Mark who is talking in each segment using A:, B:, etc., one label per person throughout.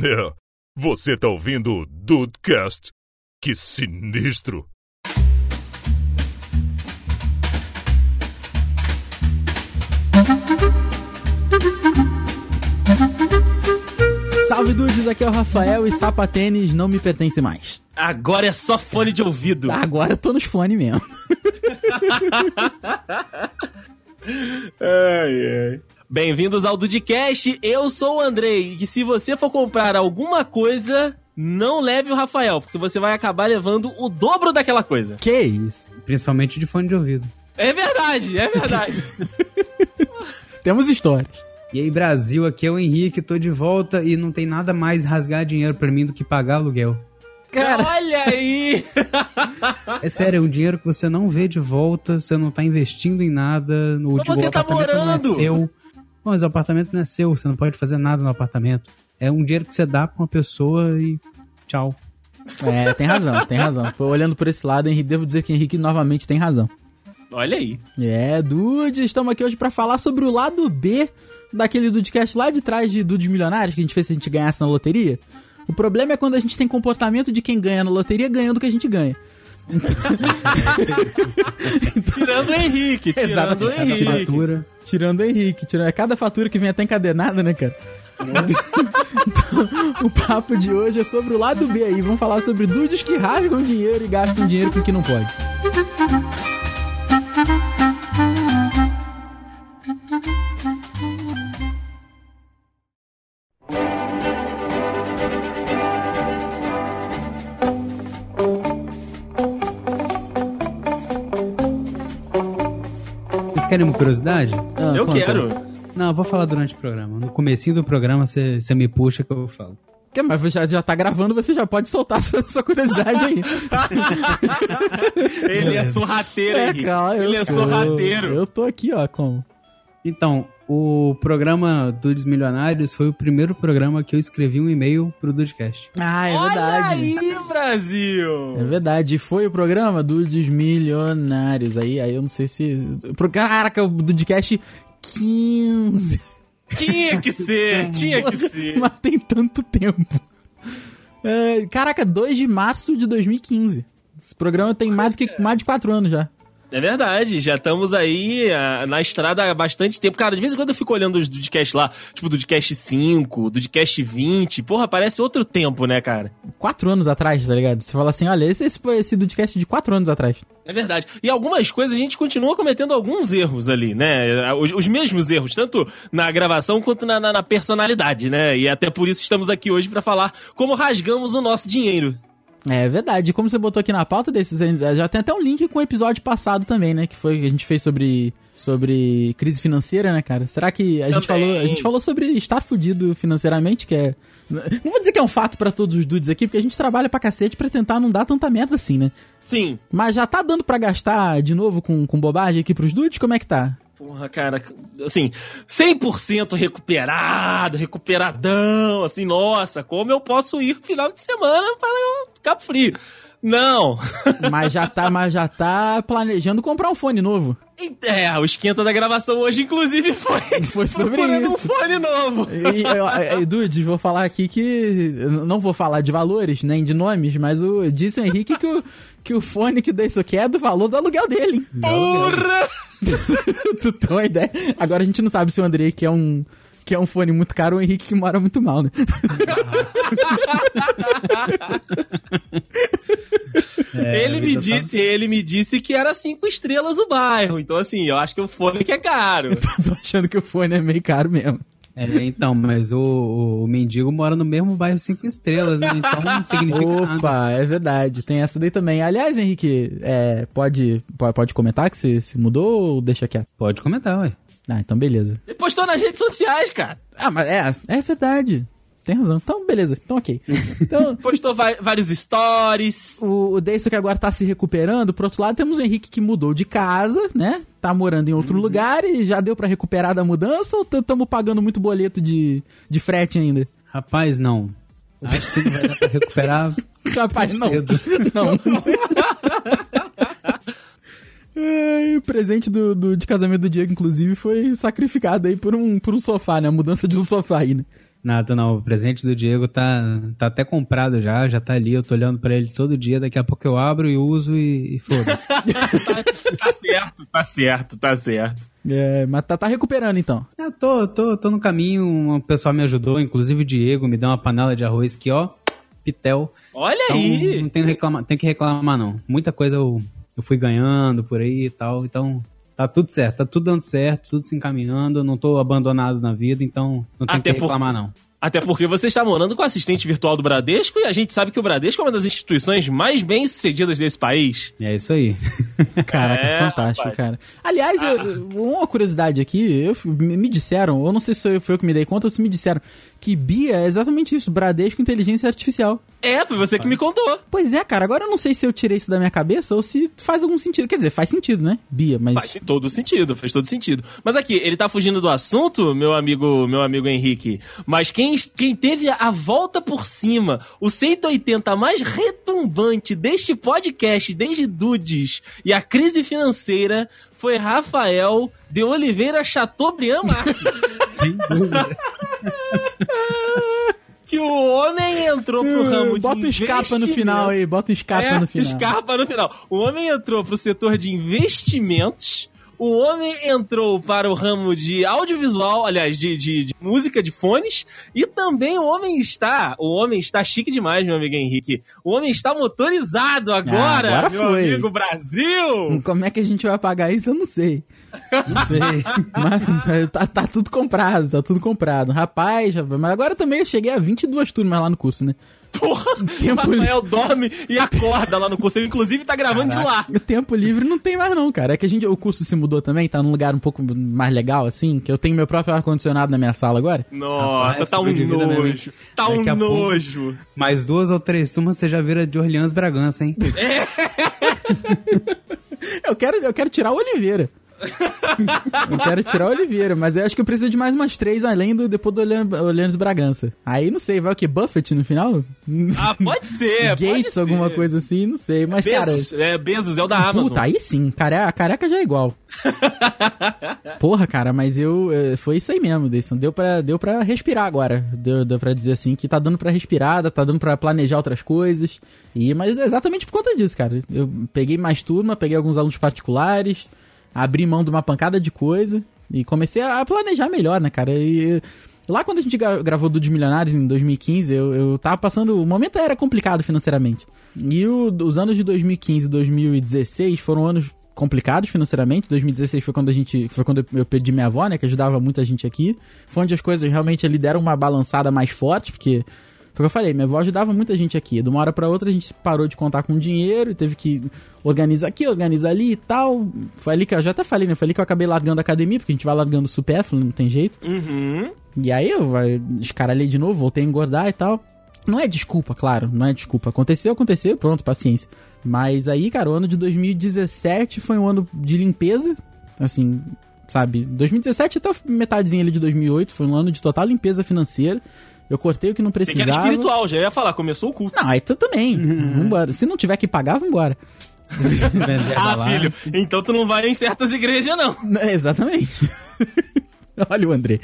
A: É, você tá ouvindo o Dudecast? Que sinistro!
B: Salve dudes, aqui é o Rafael e sapatênis não me pertence mais. Tá,
C: Agora é só fone de ouvido.
B: Agora eu tô nos fones mesmo.
C: ai, ai. Bem-vindos ao Dudcast, eu sou o Andrei. E se você for comprar alguma coisa, não leve o Rafael, porque você vai acabar levando o dobro daquela coisa.
B: Que isso?
D: Principalmente de fone de ouvido.
C: É verdade, é verdade.
B: Temos histórias.
D: E aí, Brasil, aqui é o Henrique, tô de volta e não tem nada mais rasgar dinheiro pra mim do que pagar aluguel.
B: Cara,
C: Olha aí!
D: É sério, é um dinheiro que você não vê de volta, você não tá investindo em nada, no
C: Mas
D: tipo,
C: você
D: o
C: tá
D: apartamento não é
C: morando!
D: seu. Não, Mas o apartamento não é seu, você não pode fazer nada no apartamento. É um dinheiro que você dá pra uma pessoa e tchau.
B: é, tem razão, tem razão. Pô, Olhando por esse lado, Henrique, devo dizer que Henrique novamente tem razão.
C: Olha aí.
B: É, dudes, estamos aqui hoje pra falar sobre o lado B daquele Dudecast lá de trás de Dudes Milionários que a gente fez se a gente ganhasse na loteria. O problema é quando a gente tem comportamento de quem ganha na loteria ganhando o que a gente ganha.
C: Tirando o Henrique, tirando o
B: Exatamente.
D: Cada
C: Henrique.
D: fatura.
B: Tirando o Henrique, tirando... é cada fatura que vem até encadenada, né, cara? então, o papo de hoje é sobre o lado B aí. Vamos falar sobre dudes que rasgam dinheiro e gastam dinheiro com o que não pode.
D: Vocês querem uma curiosidade?
B: Ah,
C: Eu
B: conta.
C: quero.
D: Não, eu vou falar durante o programa. No comecinho do programa você você me puxa que eu falo.
B: Que, mas você já, já tá gravando, você já pode soltar sua, sua curiosidade aí.
C: Ele é sorrateiro, Henrique.
B: eu
C: Ele é
B: sou-
C: sorrateiro.
B: Eu tô aqui, ó, como.
D: Então, o programa Dudes Milionários foi o primeiro programa que eu escrevi um e-mail pro Dudecast.
B: Ah, é
C: Olha
B: verdade.
C: aí, Brasil!
B: É verdade, E foi o programa Dudes Milionários. Aí, aí eu não sei se. pro- Caraca, o Dudcast 15.
C: Tinha que ser, tinha que ser.
B: Mas tem tanto tempo. É, caraca, 2 de março de 2015. Esse programa tem mais, do que, mais de 4 anos já.
C: É verdade, já estamos aí ah, na estrada há bastante tempo. Cara, de vez em quando eu fico olhando os Dudcast lá, tipo Dudcast 5, Dudcast 20. Porra, parece outro tempo, né, cara?
B: 4 anos atrás, tá ligado? Você fala assim, olha, esse, esse foi esse podcast de 4 anos atrás.
C: É verdade. E algumas coisas a gente continua cometendo alguns erros ali, né? Os, os mesmos erros, tanto na gravação quanto na, na- na personalidade, né? E até por isso estamos aqui hoje pra falar como rasgamos o nosso dinheiro.
B: É verdade. E Como você botou aqui na pauta desses, eh, já tem até um link com o episódio passado também, né? Que foi que a gente fez sobre sobre crise financeira, né, cara? Será que a gente
C: Também.
B: falou, a gente falou sobre estar fudido financeiramente, que é não vou dizer que é um fato pra todos os dudes aqui, porque a gente trabalha pra cacete pra tentar não dar tanta merda assim, né?
C: Sim.
B: Mas já tá dando pra gastar de novo com, com bobagem aqui pros dudes? Como é que tá?
C: Porra, cara, assim, 100% recuperado, recuperadão, assim, nossa, como eu posso ir final de semana para eu ficar frio? Não.
B: Mas já tá, mas já tá planejando comprar um fone novo.
C: É, o esquenta da gravação hoje, inclusive, foi
B: Foi sobre
C: procurando um
B: isso.
C: fone novo.
B: E, eu- e, dudes, vou falar aqui que. eu Não vou falar de valores, nem de nomes, mas o, disse o Henrique que o, que o fone que o Deiso quer é do valor do aluguel dele, hein?
C: Porra!
B: tu tem uma ideia? Agora a gente não sabe se o Andrei que é um. Que é um fone muito caro, ou o Henrique que mora muito mal, né?
D: É,
C: ele
D: a
C: me
D: vida tá-
C: disse, ele me disse que era cinco estrelas o bairro. Então, assim, eu acho que o fone que é caro.
B: Tô achando que o fone é meio caro mesmo.
D: É, então, mas o, o- o mendigo mora no mesmo bairro cinco estrelas, né? Então não significa nada.
B: Opa, é verdade. Tem essa daí também. Aliás, Henrique, é, pode, po- pode comentar que se, se mudou ou deixa quieto?
D: Pode comentar, ué.
B: Ah, então beleza.
C: Ele postou nas redes sociais, cara.
B: Ah, mas é, é verdade. Tem razão. Então, beleza. Então, ok. Então,
C: Postou va- vários stories.
B: o, o Deison que agora tá se recuperando. Por outro lado, temos o Henrique que mudou de casa, né? Tá morando em outro lugar e já deu pra recuperar da mudança ou estamos pagando muito boleto de, de frete ainda?
D: Rapaz, não. Acho que não vai dar pra recuperar.
B: Rapaz, não.
D: Cedo.
B: Não. Ai, É, o presente do, do- de casamento do Diego, inclusive, foi sacrificado aí por um, por um sofá, né? A mudança de um sofá aí, né?
D: Nada, não. O presente do Diego tá, tá até comprado já, já tá ali, eu tô olhando pra ele todo dia, daqui a pouco eu abro e uso e, e foda-se.
C: Tá certo, tá certo, tá certo.
B: É, mas tá, tá recuperando então.
D: Eu É, tô, tô, tô no caminho, um pessoal me ajudou, inclusive o Diego me deu uma panela de arroz que, ó, pitel.
C: Olha
D: Então,
C: aí!
D: não tenho, reclama, tenho que reclamar, não. Muita coisa eu, eu fui ganhando por aí e tal, então tá tudo certo, tá tudo dando certo, tudo se encaminhando, não tô abandonado na vida, então não tenho
C: Até
D: que reclamar, não.
C: Até porque você está morando com o assistente virtual do Bradesco e a gente sabe que o Bradesco é uma das instituições mais bem sucedidas desse país.
D: E é isso aí.
B: Caraca,
C: É,
B: fantástico,
C: rapaz.
B: cara. Aliás, eu- eu- uma curiosidade aqui, eu, me me disseram, eu não sei se foi eu que me dei conta ou se me disseram, que Bia é exatamente isso, Bradesco Inteligência Artificial.
C: É, foi você que me contou.
B: Pois é, cara, agora eu não sei se eu tirei isso da minha cabeça ou se faz algum sentido. Quer dizer, faz sentido, né? Bia, mas.
C: Faz todo sentido, faz todo sentido. Mas aqui, ele tá fugindo do assunto, meu amigo, meu amigo Henrique. Mas quem, quem teve a volta por cima, o 180 mais retumbante deste podcast, desde Dudes e a crise financeira, foi Rafael de Oliveira Chateaubriand Marques.
D: Sem dúvida.
C: que o homem entrou pro ramo de
B: bota o escapa no final
C: investimento.
B: aí, bota o escapa
C: É,
B: no final.
C: escarpa no final. O homem entrou pro setor de investimentos. O homem entrou para o ramo de audiovisual, aliás, de, de- de música de fones, e também o homem está, o homem está chique demais, meu amigo Henrique. O homem está motorizado agora,
B: Ah, agora
C: meu
B: foi.
C: amigo Brasil.
B: Como é que a gente vai pagar isso? Eu não sei.
D: Não sei.
B: Mas tá, tá tudo comprado, tá tudo comprado. Rapaz, rapaz, mas agora também eu cheguei a 22 turmas lá no curso, né?
C: Porra,
B: Tempo, li-
C: Rafael dorme e acorda lá no curso. Ele inclusive tá gravando de lá.
B: tempo livre não tem mais não, cara. É que a gente, o curso se mudou também, tá num lugar um pouco mais legal, assim, que eu tenho meu próprio ar-condicionado na minha sala agora.
C: Nossa,
D: Rapaz,
C: tá um
D: subiu de
B: né,
D: vida mesmo, hein?
C: nojo. Tá
D: Daqui
C: um
D: a pouco-
C: nojo.
D: Mais duas ou três turmas você já vira de Orleans Bragança, hein?
B: Eu quero, eu quero tirar o Oliveira. eu quero tirar o Oliveira, mas eu acho que eu preciso de mais umas três além do depois do Olhan- Olhanos Bragança. Aí não sei, vai o que? Buffett no final?
C: Ah, pode ser, pode
B: Gates,
C: ser.
B: alguma coisa assim, não sei. Mas, cara.
C: Bezos, é, Bezos é o da Amazon.
B: Puta, aí sim, care- a careca já é igual. Porra, cara, mas eu. eh, Foi isso aí mesmo, Deison. Deu pra, deu pra respirar agora. Deu, deu pra dizer assim que tá dando pra respirar, tá dando pra planejar outras coisas. E, mas é exatamente por conta disso, cara. Eu peguei mais turma, peguei alguns alunos particulares, abri mão de uma pancada de coisa e comecei a planejar melhor, né, cara? E. Lá quando a gente gra- gravou do de Milionários em 2015, eu, eu tava passando. O momento era complicado financeiramente. E o- os anos de 2015 e 2016 foram anos complicados financeiramente. 2016 foi quando a gente. Foi quando eu- eu perdi minha avó, né? Que ajudava muita gente aqui. Foi onde as coisas realmente ali deram uma balançada mais forte, porque. Foi o que eu falei, minha avó ajudava muita gente aqui. De uma hora pra outra a gente parou de contar com dinheiro, teve que organizar aqui, organizar ali e tal. Foi ali que eu já até falei, né? Foi ali que eu acabei largando a academia, porque a gente vai largando o supérfluo, não tem jeito.
C: Uhum.
B: E aí eu vai- escaralhei de novo, voltei a engordar e tal. Não é desculpa, claro, não é desculpa. Aconteceu, aconteceu, pronto, paciência. Mas aí, cara, o ano de 2017 foi um ano de limpeza, assim, sabe? 2017 até a metadezinha ali de 2008 foi um ano de total limpeza financeira. Eu cortei o que não
C: Você que era
B: precisava.
C: espiritual, Uhum. já ia falar, começou o culto.
B: Não, aí tu também. Vambora. Se não tiver que pagar, vambora.
D: Vender a
C: Ah,
D: balada.
C: filho, então tu não vai em certas igrejas, não.
B: É, exatamente. Olha o André.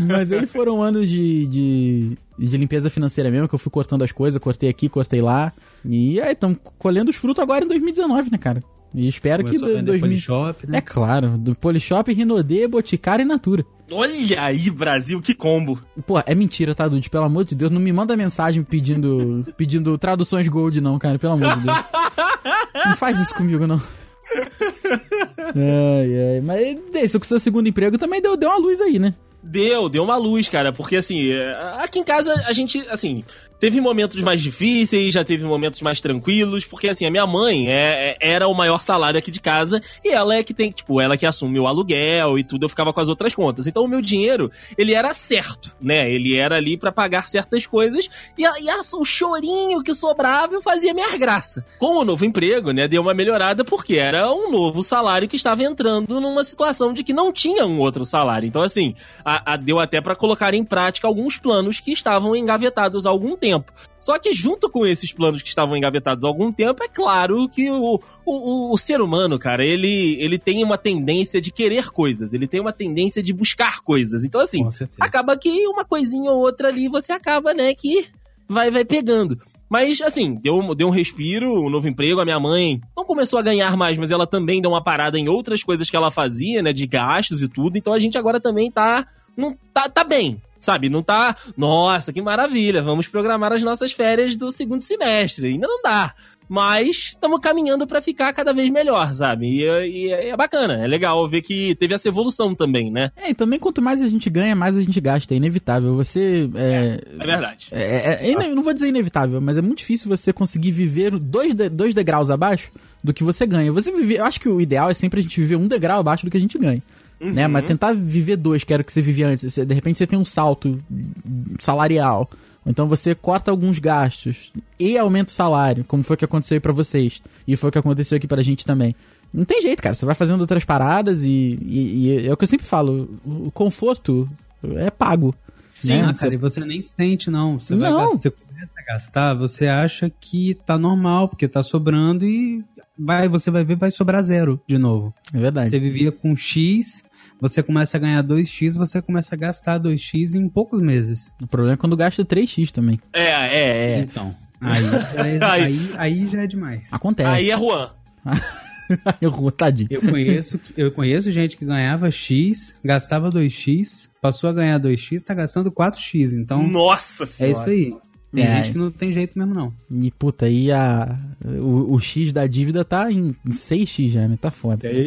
B: Mas aí foram anos de, de, de limpeza financeira mesmo, que eu fui cortando as coisas, cortei aqui, cortei lá. E aí, estamos colhendo os frutos agora em 2019, né, cara? E espero
D: Começou a
B: que do-
D: vender
B: 2000...
D: Polishop, né?
B: É claro, do Polishop, Rinodê, Boticário e Natura.
C: Olha aí, Brasil, que combo.
B: Pô, é mentira, tá, Dude? Pelo amor de Deus, não me manda mensagem pedindo, pedindo traduções gold, não, cara. Pelo amor de Deus. Não faz isso comigo, não. Ai, ai. Mas desse, com o seu segundo emprego também deu, deu uma luz aí, né?
C: Deu, deu uma luz, cara, porque assim, é, aqui em casa a gente, assim, teve momentos mais difíceis, já teve momentos mais tranquilos, porque assim, a minha mãe é, é- era o maior salário aqui de casa e ela é que tem, tipo, ela que assume o aluguel e tudo, eu ficava com as outras contas. Então o meu dinheiro, ele era certo, né? Ele era ali pra pagar certas coisas e, a- e a- o chorinho que sobrava eu fazia minha graça. Com o novo emprego, né, deu uma melhorada porque era um novo salário que estava entrando numa situação de que não tinha um outro salário. Então assim, a- a- deu até pra colocar em prática alguns planos que estavam engavetados há algum tempo tempo. Só que junto com esses planos que estavam engavetados há algum tempo, é claro que o, o, o, ser humano, cara, ele, ele tem uma tendência de querer coisas, ele tem uma tendência de buscar coisas. Então, assim,
D: Com certeza.
C: acaba que uma coisinha ou outra ali você acaba, né, que vai, vai pegando. Mas, assim, deu, deu um respiro, um novo emprego. A minha mãe não começou a ganhar mais, mas ela também deu uma parada em outras coisas que ela fazia, né? De gastos e tudo. Então a gente agora também tá. Não, tá, tá bem, sabe? Não tá. Nossa, que maravilha! Vamos programar as nossas férias do segundo semestre. Ainda não dá. Mas estamos caminhando pra ficar cada vez melhor, sabe? E, é- e é é bacana, é legal ver que teve essa evolução também, né?
B: É, e também quanto mais a gente ganha, mais a gente gasta. É inevitável. Você. é,
C: É verdade.
B: É, é- é ine- não vou dizer inevitável, mas é muito difícil você conseguir viver dois, de- dois degraus abaixo do que você ganha. Você viver, eu acho que o ideal é sempre a gente viver um degrau abaixo do que a gente ganha. Né?
D: Uhum.
B: Mas tentar viver dois, que era o que você vivia antes. Você- de repente você tem um salto salarial. Ou Então você corta alguns gastos e aumenta o salário, como foi o que aconteceu aí pra vocês. E foi o que aconteceu aqui pra gente também. Não tem jeito, cara. Você vai fazendo outras paradas e, e- e é o que eu sempre falo. O conforto é pago.
D: Sim,
B: né?
D: ah,
B: Você
D: cara, e você nem sente, não. Você vai
B: Não.
D: gastar, você começa a gastar, você acha que tá normal, porque tá sobrando e vai, você vai ver, vai sobrar zero de novo.
B: É verdade.
D: Você vivia com X, você começa a ganhar 2X, você começa a gastar 2X em poucos meses.
B: O problema é quando gasta 3x também.
C: É, é, é.
D: Então. Aí, aí, aí, aí já é demais.
B: Acontece.
C: Aí é Juan.
B: Errou, tadinho.
D: Eu conheço, eu conheço gente que ganhava X, gastava 2X, passou a ganhar 2X, tá gastando 4X. Então,
C: Nossa
D: é
C: senhora.
D: isso aí. Tem
B: É.
D: gente que não tem jeito mesmo, não.
B: E puta, aí a, o, o X da dívida tá em, em 6x já, né? Tá foda.
D: É,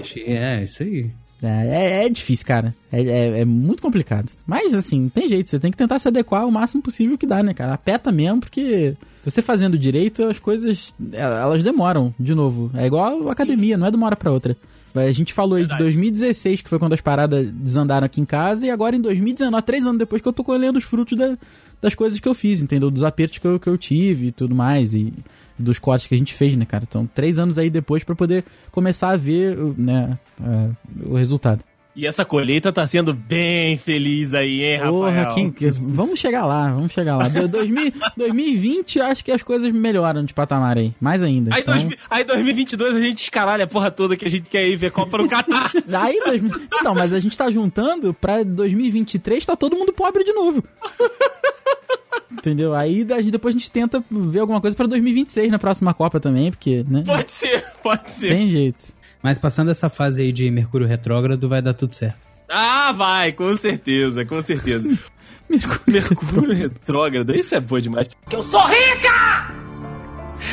D: isso aí.
B: É, é, é difícil, cara. É, é- é muito complicado. Mas assim, não tem jeito. Você tem que tentar se adequar o máximo possível que dá, né, cara? Aperta mesmo, porque se você fazendo direito, as coisas é, elas demoram, de novo. É igual a academia, não é de uma hora pra outra. A gente falou aí de 2016, que foi quando as paradas desandaram aqui em casa, e agora em 2019, três anos depois que eu tô colhendo os frutos da- das coisas que eu fiz, entendeu? Dos apertos que eu, que eu tive e tudo mais, e dos cortes que a gente fez, né, cara? Então, três anos aí depois pra poder começar a ver, né, é, o resultado.
C: E essa colheita tá sendo bem feliz aí, hein, É, Rafael?
B: quem- que- vamos chegar lá, vamos chegar lá. Do- 2000 2020, acho que as coisas melhoram de patamar aí, mais ainda.
C: Aí,
B: Então-
C: dois mi- aí 2022 a gente escaralha a porra toda que a gente quer ir ver Copa no Catar.
B: Aí, dois mil- então, mas a gente tá juntando pra 2023 tá todo mundo pobre de novo. Entendeu? Aí da- depois a gente tenta ver alguma coisa pra 2026 na próxima Copa também, porque, né?
C: pode ser, pode ser.
B: Tem jeito.
D: Mas passando essa fase aí de Mercúrio retrógrado, vai dar tudo certo.
C: Ah, vai, com certeza, com certeza. Mercúrio retrógrado, isso é boa demais.
E: Que eu sou rica!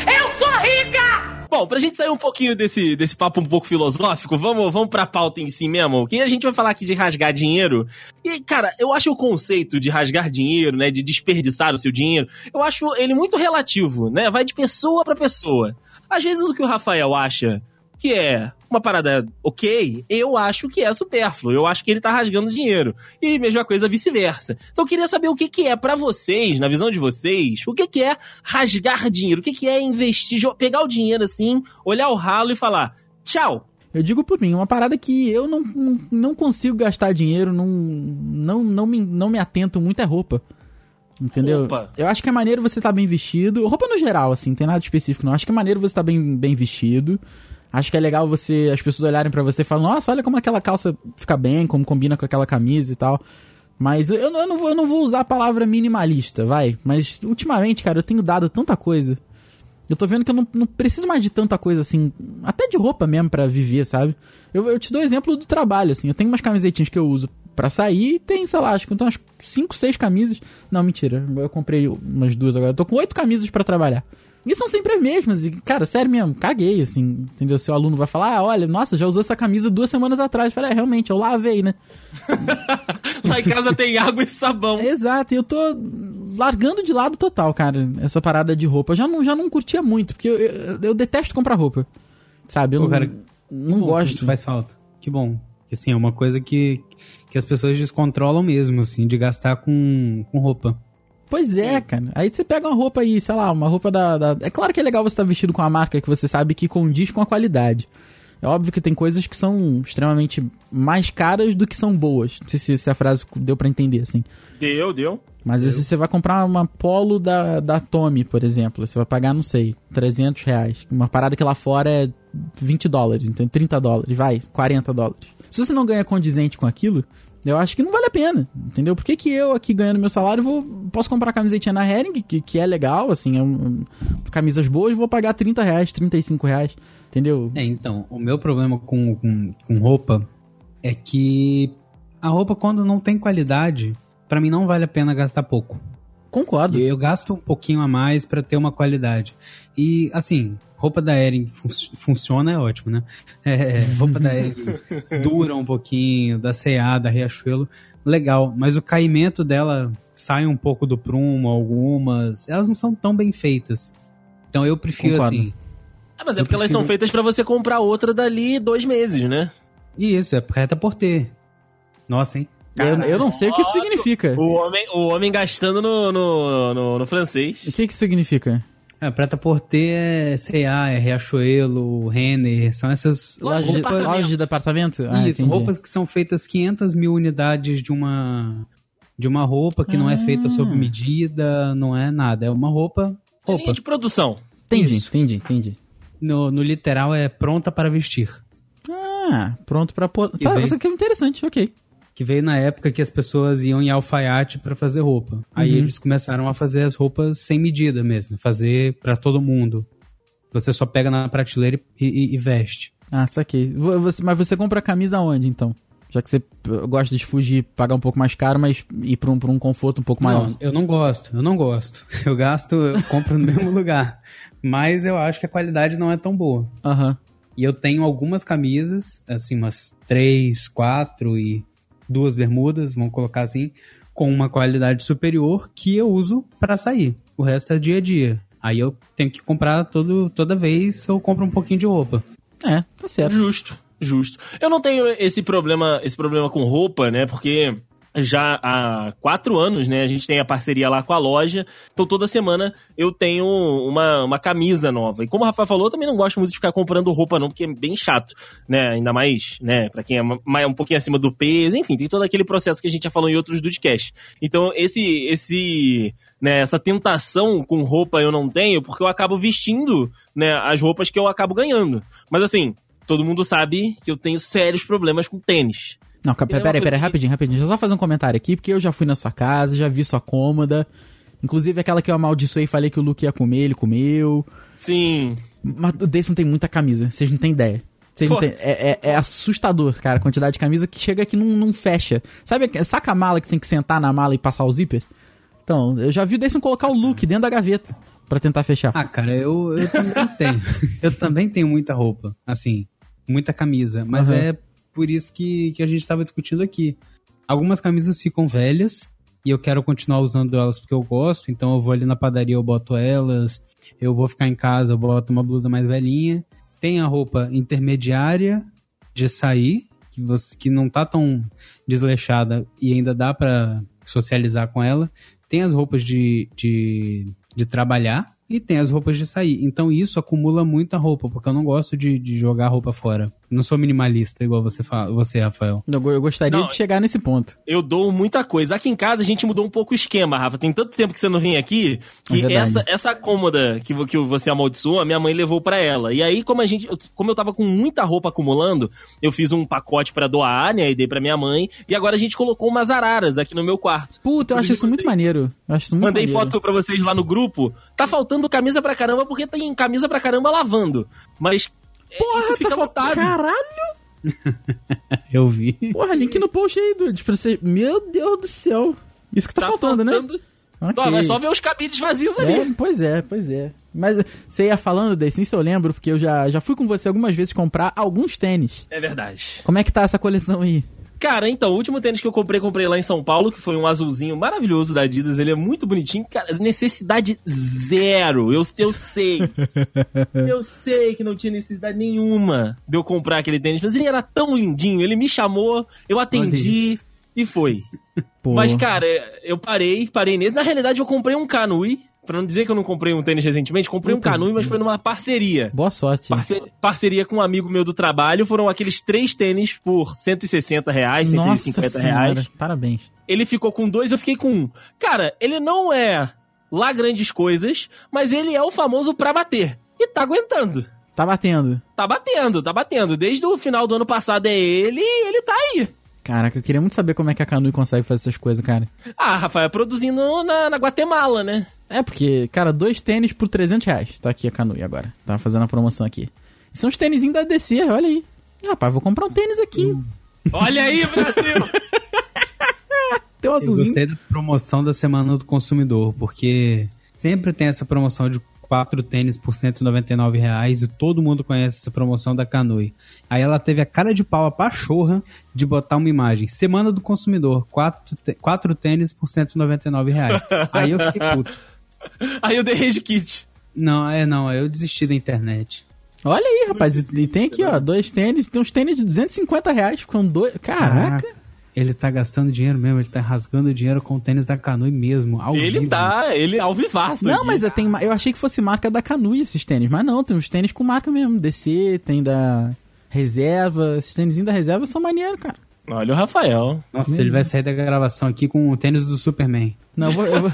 E: Eu sou rica!
C: Bom, pra gente sair um pouquinho desse, desse papo um pouco filosófico, vamos, vamos pra pauta em si mesmo, que a gente vai falar aqui de rasgar dinheiro. E, cara, eu acho o conceito de rasgar dinheiro, né, de desperdiçar o seu dinheiro, eu acho ele muito relativo, né, vai de pessoa pra pessoa. Às vezes o que o Rafael acha que é uma parada ok, eu acho que é supérfluo, eu acho que ele tá rasgando dinheiro. E mesma coisa vice-versa. Então eu queria saber o que que é pra vocês, na visão de vocês, o que que é rasgar dinheiro, o que que é investir, jo- pegar o dinheiro assim, olhar o ralo e falar, tchau.
B: Eu digo por mim, uma parada que eu não, não, não consigo gastar dinheiro, não, não, não, me, não me atento muito é roupa. Entendeu?
C: Roupa.
B: Eu acho que é maneiro você tá bem vestido. Roupa no geral, assim, não tem nada de específico, não. Acho que é maneiro você tá bem, bem vestido. Acho que é legal você as pessoas olharem pra você e falam, nossa, olha como aquela calça fica bem, como combina com aquela camisa e tal. Mas eu, eu não- eu não, vou, eu não vou usar a palavra minimalista, vai. Mas ultimamente, cara, eu tenho dado tanta coisa. Eu tô vendo que eu não, não preciso mais de tanta coisa assim, até de roupa mesmo pra viver, sabe? Eu, eu te dou exemplo do trabalho, assim. Eu tenho umas camisetinhas que eu uso pra sair e tem, sei lá, acho que então umas 5, 6 camisas. Não, mentira. Eu comprei umas duas agora. Eu tô com oito camisas pra trabalhar. E são sempre as mesmas. E, cara, sério mesmo, caguei, assim. Entendeu? Se o aluno vai falar, ah, olha, nossa, já usou essa camisa duas semanas atrás. Eu falei, é, realmente, eu lavei, né?
C: Lá em casa tem água e sabão.
B: Exato, e eu tô largando de lado total, cara, essa parada de roupa. Eu já não, já não curtia muito, porque eu, eu, eu detesto comprar roupa. Sabe? Eu
D: Pô,
B: não,
D: cara,
B: não
D: Bom,
B: gosto.
D: Isso faz falta. Que bom. Que, Assim, é uma coisa que, que as pessoas descontrolam mesmo, assim, de gastar com, com roupa.
B: Pois é, cara. Aí você pega uma roupa aí, tá sei lá, uma roupa da, da- É claro que é legal você estar vestido com uma marca que você sabe que condiz com a qualidade. É óbvio que tem coisas que são extremamente mais caras do que são boas. Não sei se, se a frase deu pra entender, assim.
C: Deu, deu.
B: Mas se você vai comprar uma Polo da, da Tommy, por exemplo, você vai pagar, não sei, 300 reais. Uma parada que lá fora é 20 dólares, então 30 dólares, vai, 40 dólares. Se você não ganha condizente com aquilo, eu acho que não vale a pena, entendeu? Por que, que eu aqui ganhando meu salário vou posso comprar camisetinha na Hering, que, que é legal, assim, é um- um- camisas boas, vou pagar 30 reais, 35 reais, entendeu?
D: É, então, o meu problema com, com, com roupa é que a roupa, quando não tem qualidade, pra mim não vale a pena gastar pouco.
B: Concordo.
D: E eu gasto um pouquinho a mais pra ter uma qualidade. E, assim, roupa da Ering fun- funciona, é ótimo, né? É, roupa da Ering dura um pouquinho, da CA, da Riachuelo, legal. Mas o caimento dela sai um pouco do prumo, algumas. Elas não são tão bem feitas. Então eu prefiro,
B: Concordo.
D: assim...
C: Ah, mas é
D: Eu
C: porque elas são
D: prefiro-
C: feitas pra você comprar outra dali dois meses, né?
D: E isso, é reta por ter. Nossa, hein?
B: Eu, eu não sei o que isso
C: Nossa.
B: significa.
C: O homem, o homem gastando no, no, no, no francês.
B: O que que significa?
D: É, preta por ter é CA, é Riachuelo, Renner, são essas
C: Loja de
D: roupas-
C: departamento.
B: loja de departamento? Ah,
D: Isso,
B: entendi.
D: roupas que são feitas 500 mil unidades de uma de uma roupa que não é feita
B: Ah.
D: sob medida, não é nada, é uma roupa,
C: É
D: roupa.
C: Linha de produção.
B: Entendi,
D: Isso.
B: entendi, entendi.
D: No, no literal é pronta para vestir,
B: Ah, pronto pra pôr. Tá,
D: vem-
B: isso aqui é interessante, ok.
D: que veio na época que as pessoas iam em alfaiate para fazer roupa. Aí
B: Uhum.
D: eles começaram a fazer as roupas sem medida mesmo, fazer para todo mundo. Você só pega na prateleira e- e- e veste.
B: Ah, saquei. Vo- você- mas você compra a camisa onde, então? Já que você p- gosta de fugir, pagar um pouco mais caro, mas ir pra um, pra um conforto um pouco maior.
D: Não, eu não gosto, eu não gosto. Eu gasto, eu compro no mesmo lugar. Mas eu acho que a qualidade não é tão boa.
B: Aham.
D: E eu tenho algumas camisas, assim, umas três, quatro e duas bermudas, vamos colocar assim, com uma qualidade superior que eu uso pra sair. O resto é dia a dia. Aí eu tenho que comprar todo, toda vez eu compro um pouquinho de roupa.
B: É, tá certo.
C: Justo, justo. Eu não tenho esse problema, esse problema com roupa, né? Porque já há quatro anos, né? A gente tem a parceria lá com a loja. Então toda semana eu tenho uma, uma camisa nova. E como o Rafa falou, eu também não gosto muito de ficar comprando roupa, não, porque é bem chato, né? Ainda mais, né? Pra quem é ma- mais, um pouquinho acima do peso, enfim, tem todo aquele processo que a gente já falou em outros Dudcast. Então, esse, esse, né, essa tentação com roupa eu não tenho, porque eu acabo vestindo, né, as roupas que eu acabo ganhando. Mas assim, todo mundo sabe que eu tenho sérios problemas com tênis.
B: Não, ca-
C: E é uma
B: peraí, peraí,
C: coisa que-
B: rapidinho, rapidinho. Deixa eu só fazer um comentário aqui, porque eu já fui na sua casa, já vi sua cômoda. Inclusive aquela que eu amaldiçoei e falei que o Luke ia comer, ele comeu.
C: Sim.
B: Mas o Dayson tem muita camisa, vocês não têm ideia. Vocês não
C: Pô.
B: têm- é, é- é assustador, cara, a quantidade de camisa que chega que não, não fecha. Sabe, aque- saca a mala que tem que sentar na mala e passar o zíper? Então, eu já vi o Dayson colocar o look dentro da gaveta pra tentar fechar.
D: Ah, cara, eu, eu também tenho. Eu também tenho muita roupa, assim, muita camisa. Mas
B: Aham.
D: é por isso que, que a gente estava discutindo aqui. Algumas camisas ficam velhas e eu quero continuar usando elas porque eu gosto. Então eu vou ali na padaria, eu boto elas. Eu vou ficar em casa, eu boto uma blusa mais velhinha. Tem a roupa intermediária de sair, que, você, que não tá tão desleixada e ainda dá pra socializar com ela. Tem as roupas de, de de trabalhar e tem as roupas de sair. Então isso acumula muita roupa, porque eu não gosto de, de jogar roupa fora. Não sou minimalista, igual você, fala, você Rafael.
B: Eu, go- eu gostaria
C: Não,
B: de chegar nesse ponto.
C: Eu dou muita coisa. Aqui em casa a gente mudou um pouco o esquema, Rafa. Tem tanto tempo que você não vem
B: É
C: aqui que
B: verdade.
C: essa, essa cômoda que, vo- que você amaldiçoou, a minha mãe levou pra ela. E aí, como a gente, como eu tava com muita roupa acumulando, eu fiz um pacote pra doar, né? E dei pra minha mãe. E agora a gente colocou umas araras aqui no meu quarto.
B: Puta, eu acho isso muito maneiro. Eu acho isso muito
C: Mandei
B: maneiro.
C: foto pra vocês lá no grupo. Tá faltando camisa pra caramba porque tem camisa pra caramba lavando. Mas é, isso fica
B: tá fal-
C: lotado.
B: Caralho,
D: Eu vi.
B: porra, link no post aí, dude. Pra você... Meu Deus do céu. Isso que tá, faltando, né? Ok.
C: Ó, mas só ver os cabides vazios Tá ali.
B: É, pois é, pois é. Mas você ia falando, Deicin, isso eu lembro, porque eu já, já fui com você algumas vezes comprar alguns tênis.
C: É verdade.
B: Como é que tá essa coleção aí?
C: Cara, então, o último tênis que eu comprei, comprei lá em São Paulo, que foi um azulzinho maravilhoso da Adidas. Ele é muito bonitinho. Cara, necessidade zero. Eu, eu sei. eu sei que não tinha necessidade nenhuma de eu comprar aquele tênis, mas ele era tão lindinho. Ele me chamou, eu atendi e foi.
B: Pô,
C: Mas, cara, eu parei, parei nesse. Na realidade, eu comprei um Canui, Pra não dizer que eu não comprei um tênis recentemente, comprei um
B: Puta
C: Canui, mas
B: vida.
C: foi numa parceria.
B: Boa sorte.
C: Parce- parceria com um amigo meu do trabalho, foram aqueles três tênis por 160 reais, 150
B: Nossa
C: reais.
B: senhora, parabéns.
C: Ele ficou com dois, eu fiquei com um. Cara, ele não é lá grandes coisas, mas ele é o famoso pra bater. E tá aguentando.
B: Tá batendo.
C: Tá batendo, tá batendo. Desde o final do ano passado é ele e ele tá aí.
B: Caraca, eu queria muito saber como é que a Canui consegue fazer essas coisas, cara.
C: Ah, Rafael, produzindo na, na Guatemala, né?
B: É porque, cara, dois tênis por 300 reais. Tá aqui a Canui agora. Tá fazendo a promoção aqui. São os tênisinhos da DC, olha aí. Ih, Rapaz, vou comprar um tênis aqui.
C: Hum. Olha aí, Brasil!
B: Tem um
D: Eu
B: azulzinho.
D: gostei da promoção da Semana do Consumidor, porque sempre tem essa promoção de quatro tênis por R$ 199 reais e todo mundo conhece essa promoção da Canui. Aí ela teve a cara de pau, a pachorra, de botar uma imagem. Semana do Consumidor, quatro, tê- quatro tênis por R$ 199 reais. Aí eu fiquei puto.
C: aí eu dei Rage Kit.
D: Não, é não, aí eu desisti da internet.
B: Olha aí, rapaz. E, e tem aqui, ó, dois tênis. Tem uns tênis de 250 reais com dois. Caraca.
D: Ele tá gastando dinheiro mesmo, ele tá rasgando dinheiro com o tênis da Canui mesmo, ao
C: Ele
D: vivo.
C: tá, ele ao vivaço.
B: Não,
C: aqui.
B: mas eu, tenho, ma- eu achei que fosse marca da Canui esses tênis. Mas não, tem uns tênis com marca mesmo. DC, tem da Reserva. Esses tênisinhos da Reserva são maneiros, cara.
C: Olha o Rafael.
D: Nossa, ele vai sair da gravação aqui com o tênis do Superman.
B: Não, eu vou. Eu, vou,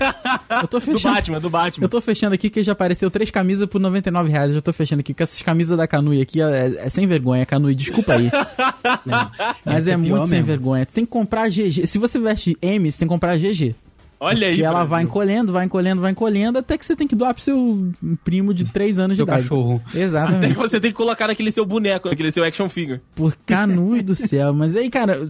B: eu tô
C: Do
B: fechando.
C: Batman, do Batman.
B: Eu tô fechando aqui que já apareceu três camisas por 99 reais. Eu já tô fechando aqui, porque essas camisas da Canui aqui é, é sem vergonha, Canui, desculpa aí. Mas
D: Essa
B: é,
D: é pior
B: muito sem
D: mesmo.
B: vergonha. Tu tem que comprar GG. Se você veste M, você tem que comprar GG.
C: Olha aí.
B: que ela
C: Brasil.
B: vai encolhendo, vai encolhendo, vai encolhendo, até que você tem que doar pro seu primo de 3 anos de
D: Seu
B: idade.
D: cachorro.
C: Até É que
B: Exatamente.
C: você tem que colocar aquele seu boneco, aquele seu action figure.
B: Por Canui do céu. Mas aí, cara,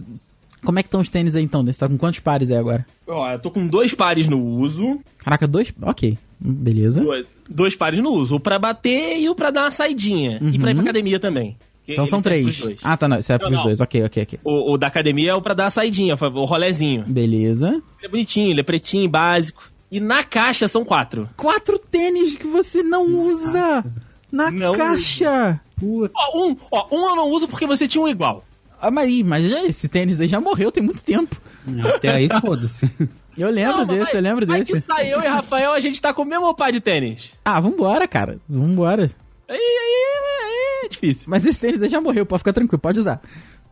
B: como é que estão os tênis aí então? Você tá com quantos pares aí agora?
C: Ó, eu tô com dois pares no uso.
B: Caraca, dois? Ok. Beleza.
C: Dois, dois pares no uso. O pra bater e o pra dar uma saidinha. E pra ir pra academia também.
B: Uhum. Então
C: Ele
B: são
C: serve pros
B: três.
C: dois.
B: Ah, tá, não. Isso é pros
C: não.
B: dois. Ok, ok, ok.
C: O, o da academia é o pra dar a saidinha, o rolezinho.
B: Beleza.
C: Ele é bonitinho, ele é pretinho, básico. E na caixa são quatro.
B: quatro tênis que você não usa na
C: Não
B: caixa.
D: Puta,
C: Ó, um, ó, um eu não uso porque você tinha um igual.
B: Ah, mas, ih, mas já- esse tênis aí já morreu tem muito tempo.
D: até aí, foda-se.
B: Eu lembro
C: Não,
B: desse,
C: mas-
B: eu lembro
C: mas
B: desse.
C: que sai eu e Rafael, a gente tá com o mesmo par de tênis.
B: Ah, vambora, cara. Vambora.
C: Aí, aí, aí é difícil.
B: Mas esse tênis aí já morreu, pode ficar tranquilo, pode usar.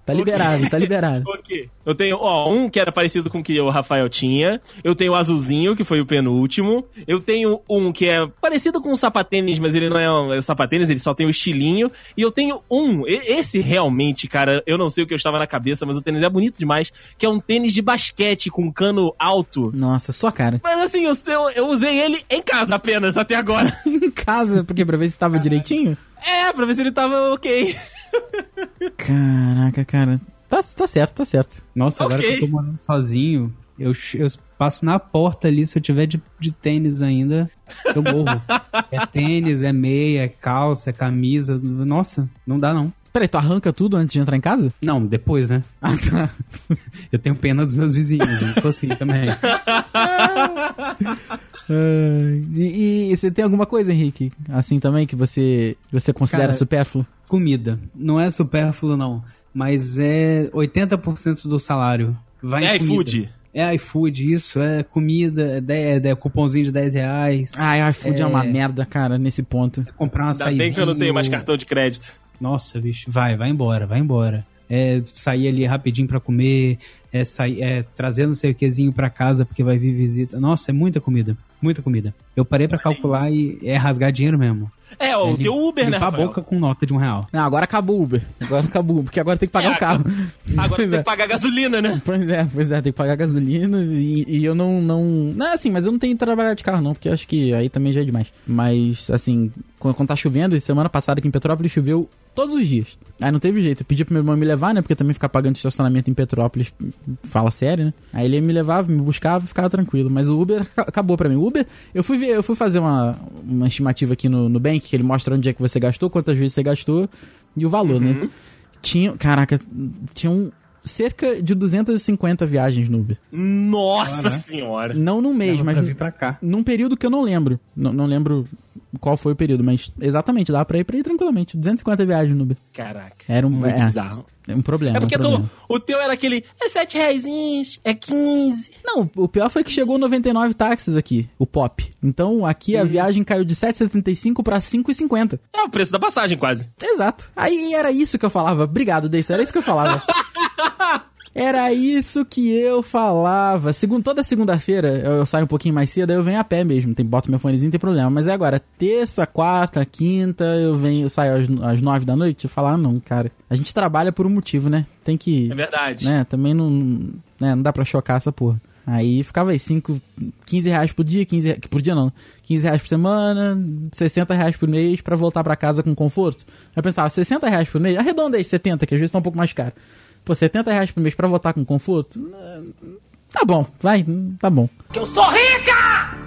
B: Tá liberado, tá liberado.
C: Ok. Eu tenho, ó, um que era parecido com o que o Rafael tinha. Eu tenho o azulzinho, que foi o penúltimo. Eu tenho um que é parecido com o sapatênis, mas ele não é um é um sapatênis, ele só tem o estilinho. E eu tenho um, e- esse realmente, cara, eu não sei o que eu estava na cabeça, mas o tênis é bonito demais, que é um tênis de basquete com cano alto.
B: Nossa, sua cara.
C: Mas assim, eu, eu, eu usei ele em casa apenas até agora.
B: Em casa, porque pra ver se tava direitinho.
C: É, pra ver se ele tava ok.
B: Caraca, cara. Tá, tá certo, tá certo.
D: Nossa, agora
C: Ok.
D: que eu tô morando sozinho, eu, ch- eu passo na porta ali, se eu tiver de, de tênis ainda, eu morro. é tênis, é meia, é calça, é camisa. Nossa, não dá não.
B: Peraí, tu arranca tudo antes de entrar em casa?
D: Não, depois, né?
B: Ah, tá.
D: Eu tenho pena dos meus vizinhos, eu não sou assim também.
B: Ai, E, e você tem alguma coisa, Henrique, assim também, que você, você considera
D: Cara,
B: supérfluo?
D: Comida. Não é supérfluo, não. Mas é 80% do salário. Vai em
C: É
D: comida.
C: iFood.
D: É iFood, isso. É comida, é, de- é cupomzinho de 10 reais.
B: Ai, o iFood é... uma
D: É.
B: merda, cara, nesse ponto.
D: Comprar uma
C: Ainda bem que eu não tenho mais
D: cartão.
C: cartão de crédito.
D: Nossa, bicho, vai, vai embora, vai embora. É, sair ali rapidinho pra comer, é, sair, é, trazer não sei o quezinho pra casa porque vai vir visita. Nossa, é muita comida, muita comida. Eu parei pra calcular e é rasgar dinheiro mesmo.
C: É, ó, o
D: É
C: teu
D: lim-
C: Uber, né,
D: limpar a
C: Rafael?
D: boca com nota de um real.
B: Não, agora acabou o Uber. Agora acabou, porque agora tem que pagar
C: É,
B: o carro.
C: Agora
B: Pois
C: tem
B: é.
C: que pagar gasolina, né?
B: Pois é, pois é, tem que pagar gasolina e, e eu não, não. Não, assim, mas eu não tenho que trabalhar de carro, não, porque acho que aí também já é demais. Mas, assim, quando, quando tá chovendo, e semana passada aqui em Petrópolis choveu todos os dias. Aí não teve jeito. Eu pedi pro meu irmão me levar, né? Porque também ficar pagando estacionamento em Petrópolis, fala sério, né? Aí ele me levava, me buscava e ficava tranquilo. Mas o Uber ac- acabou pra mim. O Uber, eu fui ver, eu fui fazer uma, uma estimativa aqui no Nubank, que ele mostra onde é que você gastou, quantas vezes você gastou e o valor, né? Tinha, caraca, tinham cerca de 250 viagens no Uber.
C: Nossa
D: Caraca.
C: senhora.
B: Não num mês,
D: Dava
B: mas
D: pra vir pra cá.
B: num período que eu não lembro. Não, não lembro qual foi o período, mas exatamente, dá pra ir pra ir tranquilamente. 250 viagens no Uber.
C: Caraca.
B: Era um.
C: Muito
B: é,
C: bizarro.
B: É um problema.
C: É porque
B: um problema.
C: tu- o teu era aquele, é 7 reais, é 15.
B: Não, o pior foi que chegou 99 táxis aqui, o pop. Então aqui
C: Uhum.
B: a viagem caiu de 7,75 pra 5,50.
C: É o preço da passagem, quase.
B: Exato. Aí era isso que eu falava. Obrigado, Deis, era isso que eu falava. Era isso que eu falava. Segundo, toda segunda-feira eu, eu saio um pouquinho mais cedo, aí eu venho a pé mesmo. Tem, boto meu fonezinho, não tem problema. Mas é agora, terça, quarta, quinta, eu venho, eu saio às, às nove da noite. Eu falo, ah, não, cara. A gente trabalha por um motivo, né? Tem que
C: É verdade.
B: né? Também não, né, não dá pra chocar essa porra. Aí ficava aí, 5, 15 reais por dia, 15, re- por dia não, 15 reais por semana, 60 reais por mês pra voltar pra casa com conforto. Aí eu pensava, 60 reais por mês, arredonda aí 70, que às vezes tá um pouco mais caro. Pô, 70 reais por mês pra voltar com conforto? N- Tá bom, vai, tá bom.
E: Que eu sou rica!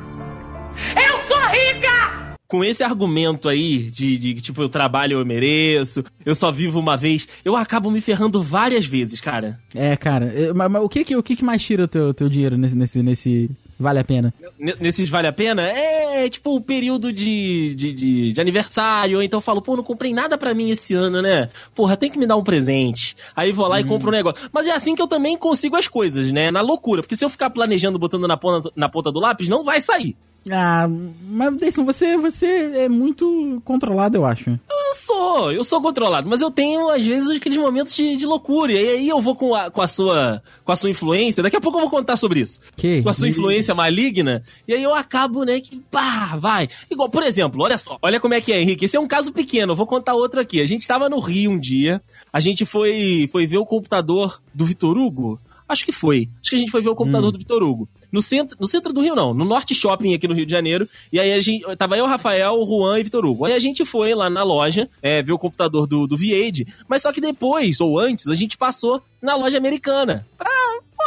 E: Eu sou rica!
C: Com esse argumento aí de, de que, tipo, eu trabalho, eu mereço, eu só vivo uma vez, eu acabo me ferrando várias vezes, cara.
B: É, cara, eh, mas, mas o, que, que, o que que mais tira o teu, teu dinheiro nesse, nesse, nesse vale a pena?
C: N- nesses vale a pena, é tipo o período de, de, de, de aniversário, ou então eu falo, pô, não comprei nada pra mim esse ano, né? Porra, tem que me dar um presente. Aí vou lá e compro um negócio. Mas é assim que eu também consigo as coisas, né? Na loucura, porque se eu ficar planejando, botando na ponta, na ponta do lápis, não vai sair.
B: Ah, mas Deison, você, você é muito controlado, eu acho.
C: Eu sou, eu sou controlado, mas eu tenho, às vezes, aqueles momentos de, de loucura. E aí eu vou com a, com a sua com a sua influência. Daqui a pouco eu vou contar sobre isso.
B: Que?
C: Com a sua influência maligna. E aí eu acabo, né, que pá, vai. Igual, por exemplo, olha só. Olha como é que é, Henrique. Esse é um caso pequeno. Eu vou contar outro aqui. A gente tava no Rio um dia. A gente foi, foi ver o computador do Vitor Hugo. Acho que foi. Acho que a gente foi ver o computador do Vitor Hugo. No centro, no centro do Rio, não. No Norte Shopping, aqui no Rio de Janeiro. E aí a gente. Tava eu, Rafael, o Juan e Vitor Hugo. Aí a gente foi lá na loja, é, ver o computador do, do Vieide. Mas só que depois, ou antes, a gente passou na loja americana. Pra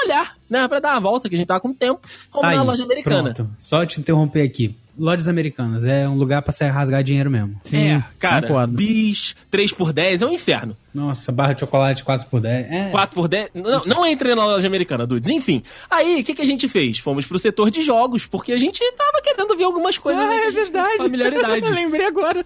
C: olhar, né? Pra dar a volta, que a gente tava com tempo. Como
D: Tá
C: na
D: aí,
C: loja americana.
D: Pronto. Só te interromper aqui. Lojas americanas é um lugar pra se rasgar dinheiro mesmo.
C: é, cara,
B: concordo.
C: bis, 3 por 10 é um inferno.
D: Nossa, barra de chocolate 4x10. É,
C: 4 por 10. Não, não entrei na loja americana, Dudes. Enfim. Aí, o que, que a gente fez? Fomos pro setor de jogos, porque a gente tava querendo ver algumas coisas.
D: Ah, é
C: né, que a gente tem Familiaridade.
B: Ah, é Lembrei agora.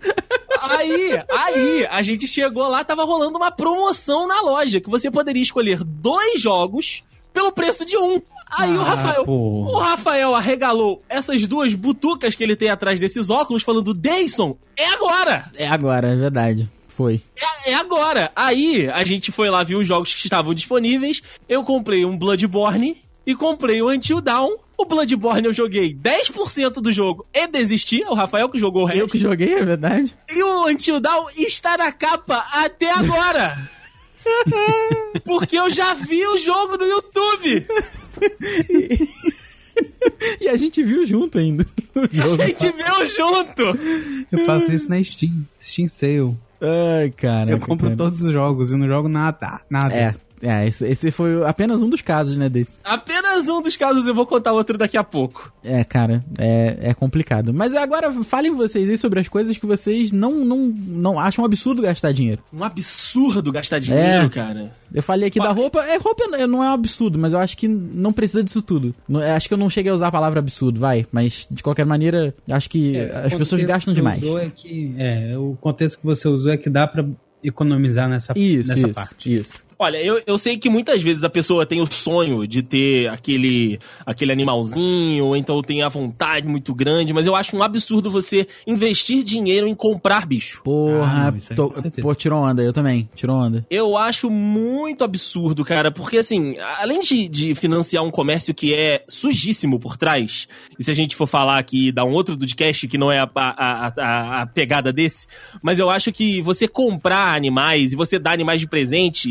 C: Aí, aí, a gente chegou lá, tava rolando uma promoção na loja, que você poderia escolher dois jogos pelo preço de um. Aí o
D: Ah,
C: Rafael.
D: pô.
C: O Rafael arregalou essas duas butucas que ele tem atrás desses óculos, falando: Dayson, é agora!
B: É agora, é verdade. Foi.
C: É, é agora. Aí a gente foi lá viu os jogos que estavam disponíveis. Eu comprei um Bloodborne e comprei o Until Dawn. O Bloodborne eu joguei 10% do jogo e desisti. é O Rafael que jogou o resto.
B: Eu que joguei, é verdade.
C: E o Until Dawn está na capa até agora. Porque eu já vi o jogo no YouTube.
B: E a gente viu junto ainda.
C: A gente viu junto.
D: eu faço isso na Steam. Steam Sale.
B: Ai, cara.
D: eu compro todos os jogos e não jogo nada. Nada.
B: É, é esse, esse foi apenas um dos casos, né, desse.
C: Apenas um dos casos eu vou contar outro daqui a pouco.
B: É, cara, é, é complicado. Mas agora falem vocês aí sobre as coisas que vocês não, não, não acham absurdo gastar dinheiro.
C: Um absurdo gastar dinheiro, cara.
B: Eu falei aqui da
C: Mas-
B: roupa. É, roupa não- não é um absurdo, mas eu acho que não precisa disso tudo. Não- eu acho que eu não cheguei a usar a palavra absurdo, vai. Mas, de qualquer maneira, eu acho que
D: É,
B: as
D: o
B: pessoas
D: contexto
B: gastam
D: que você
B: demais.
D: usou É, que, é, o contexto que você usou é que dá pra economizar nessa,
B: Isso,
D: nessa
B: isso,
D: parte.
B: isso.
C: Olha, eu, eu sei que muitas vezes a pessoa tem o sonho de ter aquele, aquele animalzinho, ou então tem a vontade muito grande, mas eu acho um absurdo você investir dinheiro em comprar bicho.
B: Porra,
D: Ah, não, isso aí
B: tô-
D: com certeza.
B: pô, tirou onda, eu também, tirou onda.
C: Eu acho muito absurdo, cara, porque assim, além de, de financiar um comércio que é sujíssimo por trás, e se a gente for falar aqui dar um outro podcast que não é a, a- a- a- a pegada desse, mas eu acho que você comprar animais e você dar animais de presente,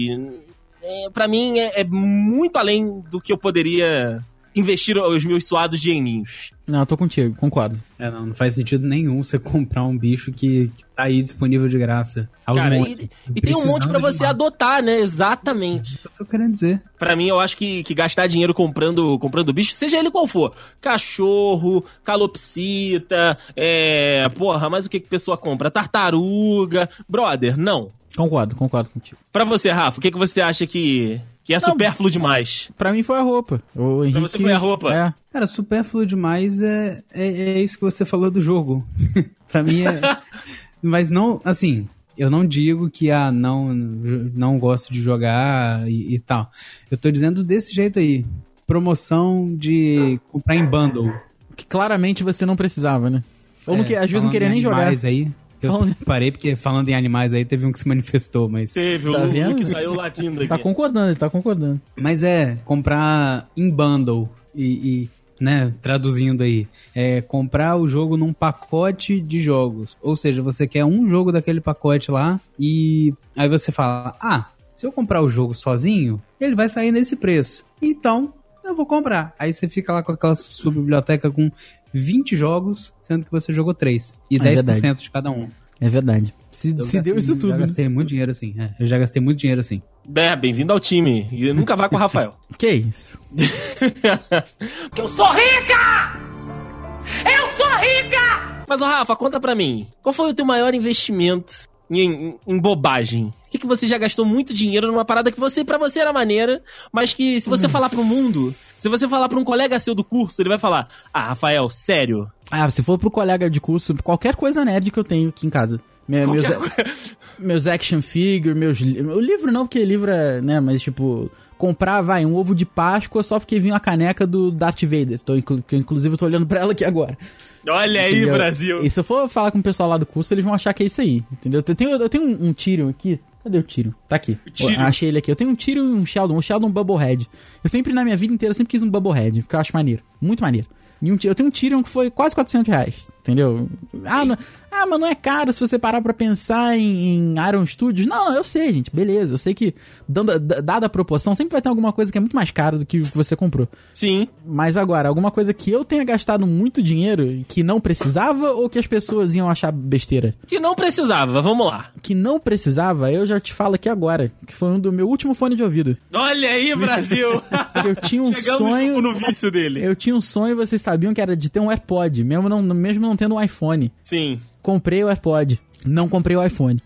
C: é, para mim é, é muito além do que eu poderia investir os meus suados dinheirinhos.
B: Não, eu tô contigo, concordo.
D: É, não, não faz sentido nenhum você comprar um bicho que, que tá aí disponível de graça. Há um
C: Cara,
D: monte.
C: e, e tem um monte pra
D: Precisando
C: você
D: de um-
C: adotar, né? Exatamente.
D: É o que Eu tô querendo dizer.
C: Pra mim, eu acho que, que gastar dinheiro comprando, comprando bicho, seja ele qual for, cachorro, calopsita, é. Porra, mas o que que a pessoa compra? Tartaruga, brother, não.
B: Concordo, concordo contigo.
C: Pra você, Rafa, o que, que você acha que, que é
B: Não.
C: supérfluo demais?
B: Pra mim foi a roupa. O Henrique,
C: você foi a roupa?
B: É.
D: Cara, supérfluo demais é, é, é isso que você falou do jogo. pra mim é. Mas não, assim, Eu não digo que ah, não, não gosto de jogar e, e tal. Eu tô dizendo desse jeito aí. Promoção de comprar em bundle.
B: Que claramente você não precisava, né? Ou não
D: É,
B: que, às vezes não
D: falando
B: queria
D: em
B: nem jogar.
D: animais Aí, eu
B: Falando-
D: parei porque falando em animais aí teve um que se manifestou, mas.
C: Teve
B: Tá
C: o Lulu
B: vendo?
C: que saiu latindo aqui.
B: Tá concordando, ele tá concordando.
D: Mas é, comprar em bundle e, e, né, traduzindo aí, é comprar o jogo num pacote de jogos. Ou seja, você quer um jogo daquele pacote lá e aí você fala, ah, se eu comprar o jogo sozinho, ele vai sair nesse preço. Então, eu vou comprar. Aí você fica lá com aquela sua biblioteca com 20 jogos, sendo que você jogou 3 e
B: É
D: 10%
B: verdade.
D: de cada um.
B: É verdade. Se,
D: Eu
B: se deu
D: gastei-
B: isso tudo.
D: Já
B: né?
D: gastei muito dinheiro assim. é, eu já gastei muito dinheiro assim.
C: É, bem-vindo ao time. E nunca vá com o Rafael.
B: Que isso?
E: Porque eu sou rica! Eu sou rica!
C: Mas, ô Rafa, conta pra mim. Qual foi o teu maior investimento em, em- em bobagem? O que, que você já gastou muito dinheiro numa parada que você, pra você era maneira, mas que se você falar pro mundo, se você falar pra um colega seu do curso, ele vai falar: Ah, Rafael, sério.
B: Ah, se for pro colega de curso, qualquer coisa nerd que eu tenho aqui em casa. Me- Meus, meus action figure, meus. li- O livro não, porque livro é. né, mas tipo. Comprar, vai, um ovo de Páscoa só porque vinha a caneca do Darth Vader. Tô, inclu- que eu, inclusive, eu tô olhando pra ela aqui agora.
C: Olha aí,
B: Entendeu?
C: Brasil.
B: E se eu for falar com o pessoal lá do curso, eles vão achar que é isso aí, entendeu? Eu tenho, eu tenho um, um Tyrion aqui. Cadê o Tyrion? Tá aqui.
C: Tyrion.
B: Eu achei ele aqui. Eu tenho um Tyrion e um Sheldon. Um Sheldon Bubblehead. Eu sempre, na minha vida inteira, eu sempre quis um Bubblehead, porque eu acho maneiro. Muito maneiro. E um Ty- eu tenho um Tyrion que foi quase 400 reais, entendeu? Ah, não- ah, mas não é caro se você parar pra pensar em, em Iron Studios. Não, não, eu sei, gente. Beleza. Eu sei que, dando- d- dada a proporção, sempre vai ter alguma coisa que é muito mais cara do que o que você comprou.
C: Sim.
B: Mas agora, alguma coisa que eu tenha gastado muito dinheiro e que não precisava ou que as pessoas iam achar besteira?
C: Que não precisava, vamos lá.
B: Que não precisava, eu já te falo aqui agora, que foi um do meu último fone de ouvido.
C: Olha aí, Brasil!
B: Porque eu tinha um
C: Chegamos
B: sonho.
C: no vício dele.
B: Eu tinha um sonho, vocês sabiam que era de ter um AirPod, mesmo não, mesmo não tendo um iPhone.
C: Sim.
B: Comprei o AirPod. Não comprei o iPhone.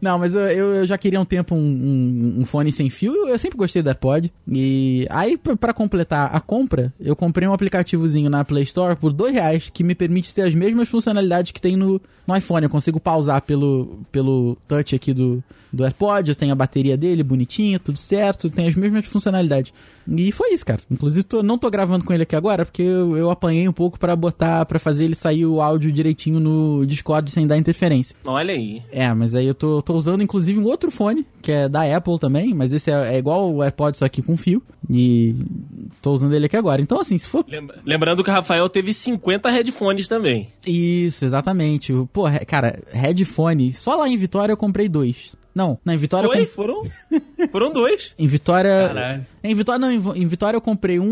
B: não, mas eu, eu- eu já queria um tempo um, um- um fone sem fio. Eu, eu sempre gostei do AirPod. E aí, pra pra completar a compra, eu comprei um aplicativozinho na Play Store por dois reais que me permite ter as mesmas funcionalidades que tem no, no iPhone. Eu consigo pausar pelo, pelo touch aqui do, do AirPod. Eu tenho a bateria dele bonitinha, tudo certo. Tem as mesmas funcionalidades. E foi isso, cara. Inclusive, tô- não tô gravando com ele aqui agora porque eu, eu apanhei um pouco pra botar, para fazer ele sair o áudio direitinho no Discord sem dar interferência.
C: Olha aí.
B: É, mas aí eu tô, tô usando inclusive um outro fone, que é da Apple também, mas esse é, é igual o AirPod, só que com fio. E tô usando ele aqui agora. Então, assim, se for.
C: Lembra- Lembrando que o Rafael teve 50 headphones também.
B: Isso, exatamente. O- Pô, re- cara, headphone. Só lá em Vitória eu comprei dois. Não, na em Vitória. eu
C: Foi?
B: comp-
C: Foram? Foram dois.
B: Em Vitória.
D: Caralho.
B: Em Vitória, não, em, Vo- em Vitória eu comprei um,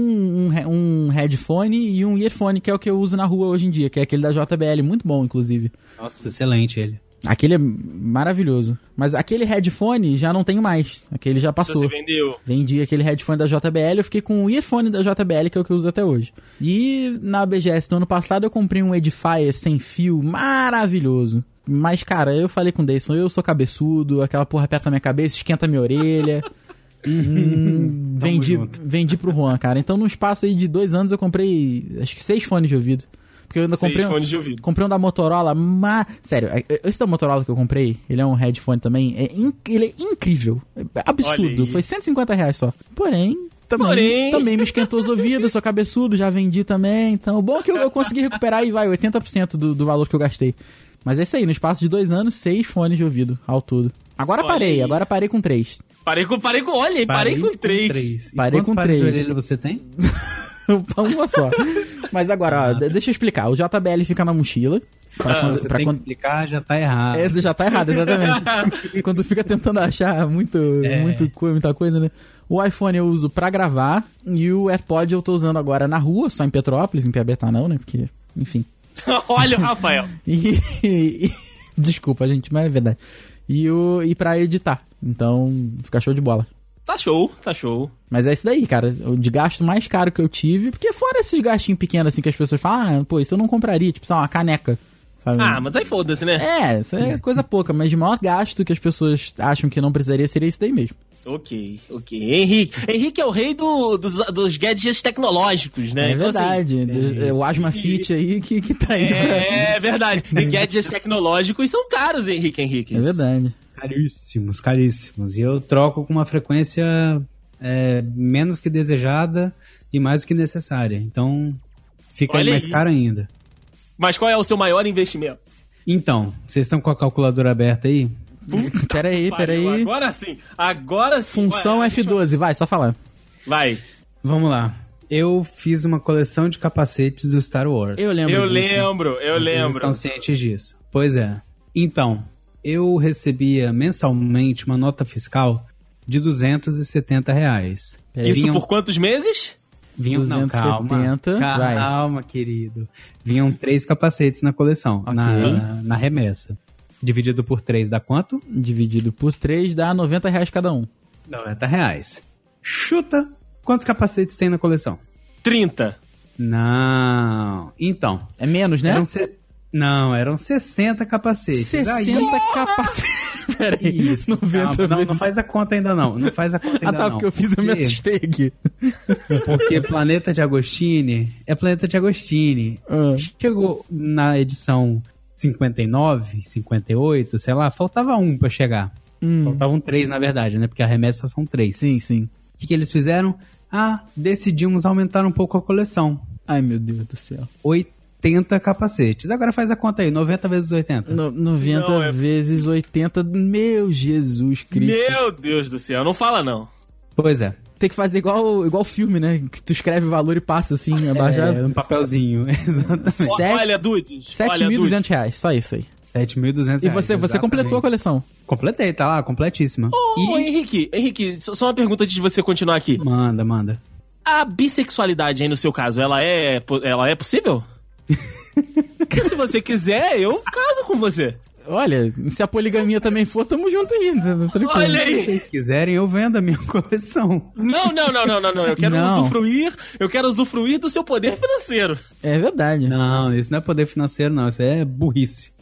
B: um, he- um headphone e um earphone, que é o que eu uso na rua hoje em dia, que é aquele da JBL, muito bom, inclusive.
D: Nossa, excelente ele.
B: Aquele é maravilhoso. Mas aquele headphone já não tenho mais. Aquele já passou.
C: Você vendeu.
B: Vendi aquele headphone da JBL, eu fiquei com o earphone da JBL, que é o que eu uso até hoje. E na BGS do ano passado eu comprei um Edifier sem fio, maravilhoso. Mas, cara, eu falei com o Dayson, eu sou cabeçudo, aquela porra aperta minha cabeça, esquenta minha orelha. Hum,
D: Tamo
B: vendi,
D: junto.
B: vendi pro Juan, cara. Então, num espaço aí de dois anos, eu comprei acho que seis fones de ouvido. Porque eu ainda
C: Seis
B: comprei. um-
C: fones de ouvido.
B: Comprei um da Motorola, mas. Sério, é, esse da Motorola que eu comprei, ele é um headphone também. É in- Ele é incrível. É
C: Olha
B: absurdo.
C: aí.
B: Foi 150 reais só. Porém. Também,
C: Porém.
B: também me esquentou os ouvidos, sou cabeçudo, já vendi também. Então, o bom é que eu, eu consegui recuperar e vai, 80% do, do valor que eu gastei. Mas é isso aí, no espaço de dois anos, seis fones de ouvido ao todo. Agora
C: Olha
B: parei,
C: aí.
B: agora parei com três.
C: Parei com, parei com, olha aí, parei, com três.
D: E
B: Parei
D: quantos
B: com
D: pares de
B: três.
D: orelha você tem?
B: Uma só. Mas agora, ó, de- deixa eu explicar. O JBL fica na mochila.
C: Ah,
B: Pra,
D: Se
B: quando-
D: você
B: pra
D: tem
B: quando-
D: que explicar, já tá errado.
B: Essa já tá errada, exatamente. Quando fica tentando achar muito, muito co- muita coisa, né? O iPhone eu uso pra gravar e o AirPod eu tô usando agora na rua, só em Petrópolis, em Piabetá não, né? Porque, enfim.
C: olha o Rafael.
B: E, e- desculpa, gente, mas é verdade. E, o, e pra editar. Então, fica show de bola.
C: Tá show, tá show.
B: Mas é isso daí, cara. O de gasto mais caro que eu tive. Porque fora esses gastinhos pequenos, assim, que as pessoas falam, ah, pô, isso eu não compraria. Tipo, sei lá, uma caneca. Sabe?
C: Ah, mas aí foda-se, né?
B: É, isso é coisa pouca, mas de maior gasto que as pessoas acham que não precisaria seria isso daí mesmo.
C: Ok, ok. Henrique. Henrique é o rei do- dos, dos gadgets tecnológicos, né?
B: É,
C: Então, assim,
B: verdade. é o Asma Fit aí que, que tá aí.
C: É verdade. E gadgets tecnológicos são caros, Henrique Henrique.
B: É verdade.
D: Caríssimos, caríssimos. E eu troco com uma frequência é, menos que desejada e mais do que necessária. Então, fica aí
C: Olha
D: mais
C: aí.
D: caro ainda.
C: Mas qual é o seu maior investimento?
D: Então, vocês estão com a calculadora aberta aí?
B: Pera aí, pera
C: Valeu,
B: aí.
C: Agora sim. Agora sim.
B: Função
C: vai,
B: F12, vai, só falar.
C: Vai.
D: Vamos lá. Eu fiz uma coleção de capacetes do Star Wars.
B: Eu lembro.
C: Eu
B: disso.
C: lembro, eu
D: Vocês
C: lembro.
D: estão cientes disso. Pois é. Então, eu recebia mensalmente uma nota fiscal de 270 reais.
B: Peraí.
C: Isso
D: Vinham-
C: por quantos meses?
D: Vinham, não, calma,
B: 270, vai.
D: calma, querido. Vinham três capacetes na coleção,
B: Ok.
D: na, na- na remessa. Dividido por três dá quanto?
B: Dividido por 3 dá 90 reais cada um.
D: 90 reais. Chuta! Quantos capacetes tem na coleção?
C: 30.
D: Não. Então,
B: É menos, né?
D: eram... se- Não, eram 60 capacetes.
B: 60
D: Aí-
B: capacetes. Pera aí.
D: Isso.
B: 90
D: calma. Não,
B: vezes.
D: não faz a conta ainda não. Não faz a conta
B: Ah,
D: ainda
B: tá,
D: não.
B: porque eu fiz eu me
D: Porque-
B: assustei aqui.
D: Porque Planeta de Agostini é Planeta de Agostini.
B: Ah.
D: Chegou na edição 59, 58, sei lá, faltava um pra chegar.
B: Hum.
D: Faltavam três, na verdade, né? Porque a remessa são três.
B: Sim, sim.
D: O que, que eles fizeram? Ah, decidimos aumentar um pouco a coleção.
B: Ai, meu Deus do céu.
D: 80 capacetes. Agora faz a conta aí, 90 vezes 80.
B: No- 90
C: Não, é-
B: vezes 80. Meu Jesus Cristo.
C: Meu Deus do céu, não fala não.
D: Pois é.
B: Tem que fazer igual, igual filme, né? Que tu escreve o valor e passa assim,
D: É,
B: abaixado.
D: um papelzinho. Exatamente.
B: Sete-
C: Olha, Dudes. olha, Dudes.
B: 7.200 reais, só isso aí.
D: 7.200
B: E você, você
D: exatamente.
B: completou a coleção.
D: Completei, tá lá, completíssima.
B: Oh.
C: Ô, Henrique, Henrique, só só uma pergunta antes de você continuar aqui.
D: Manda, manda.
C: A bissexualidade aí no seu caso, ela é, po- ela é possível? Porque se você quiser, eu caso com você.
B: Olha, se a poligamia também for, tamo junto aí. tá- tá Tranquilo.
C: Olha aí.
D: Se vocês quiserem, eu vendo a minha coleção.
C: Não, não, não, não, não, não. Eu quero
B: Não.
C: usufruir, eu quero usufruir do seu poder financeiro.
B: É verdade.
D: Não, isso não é poder financeiro, não. Isso é burrice.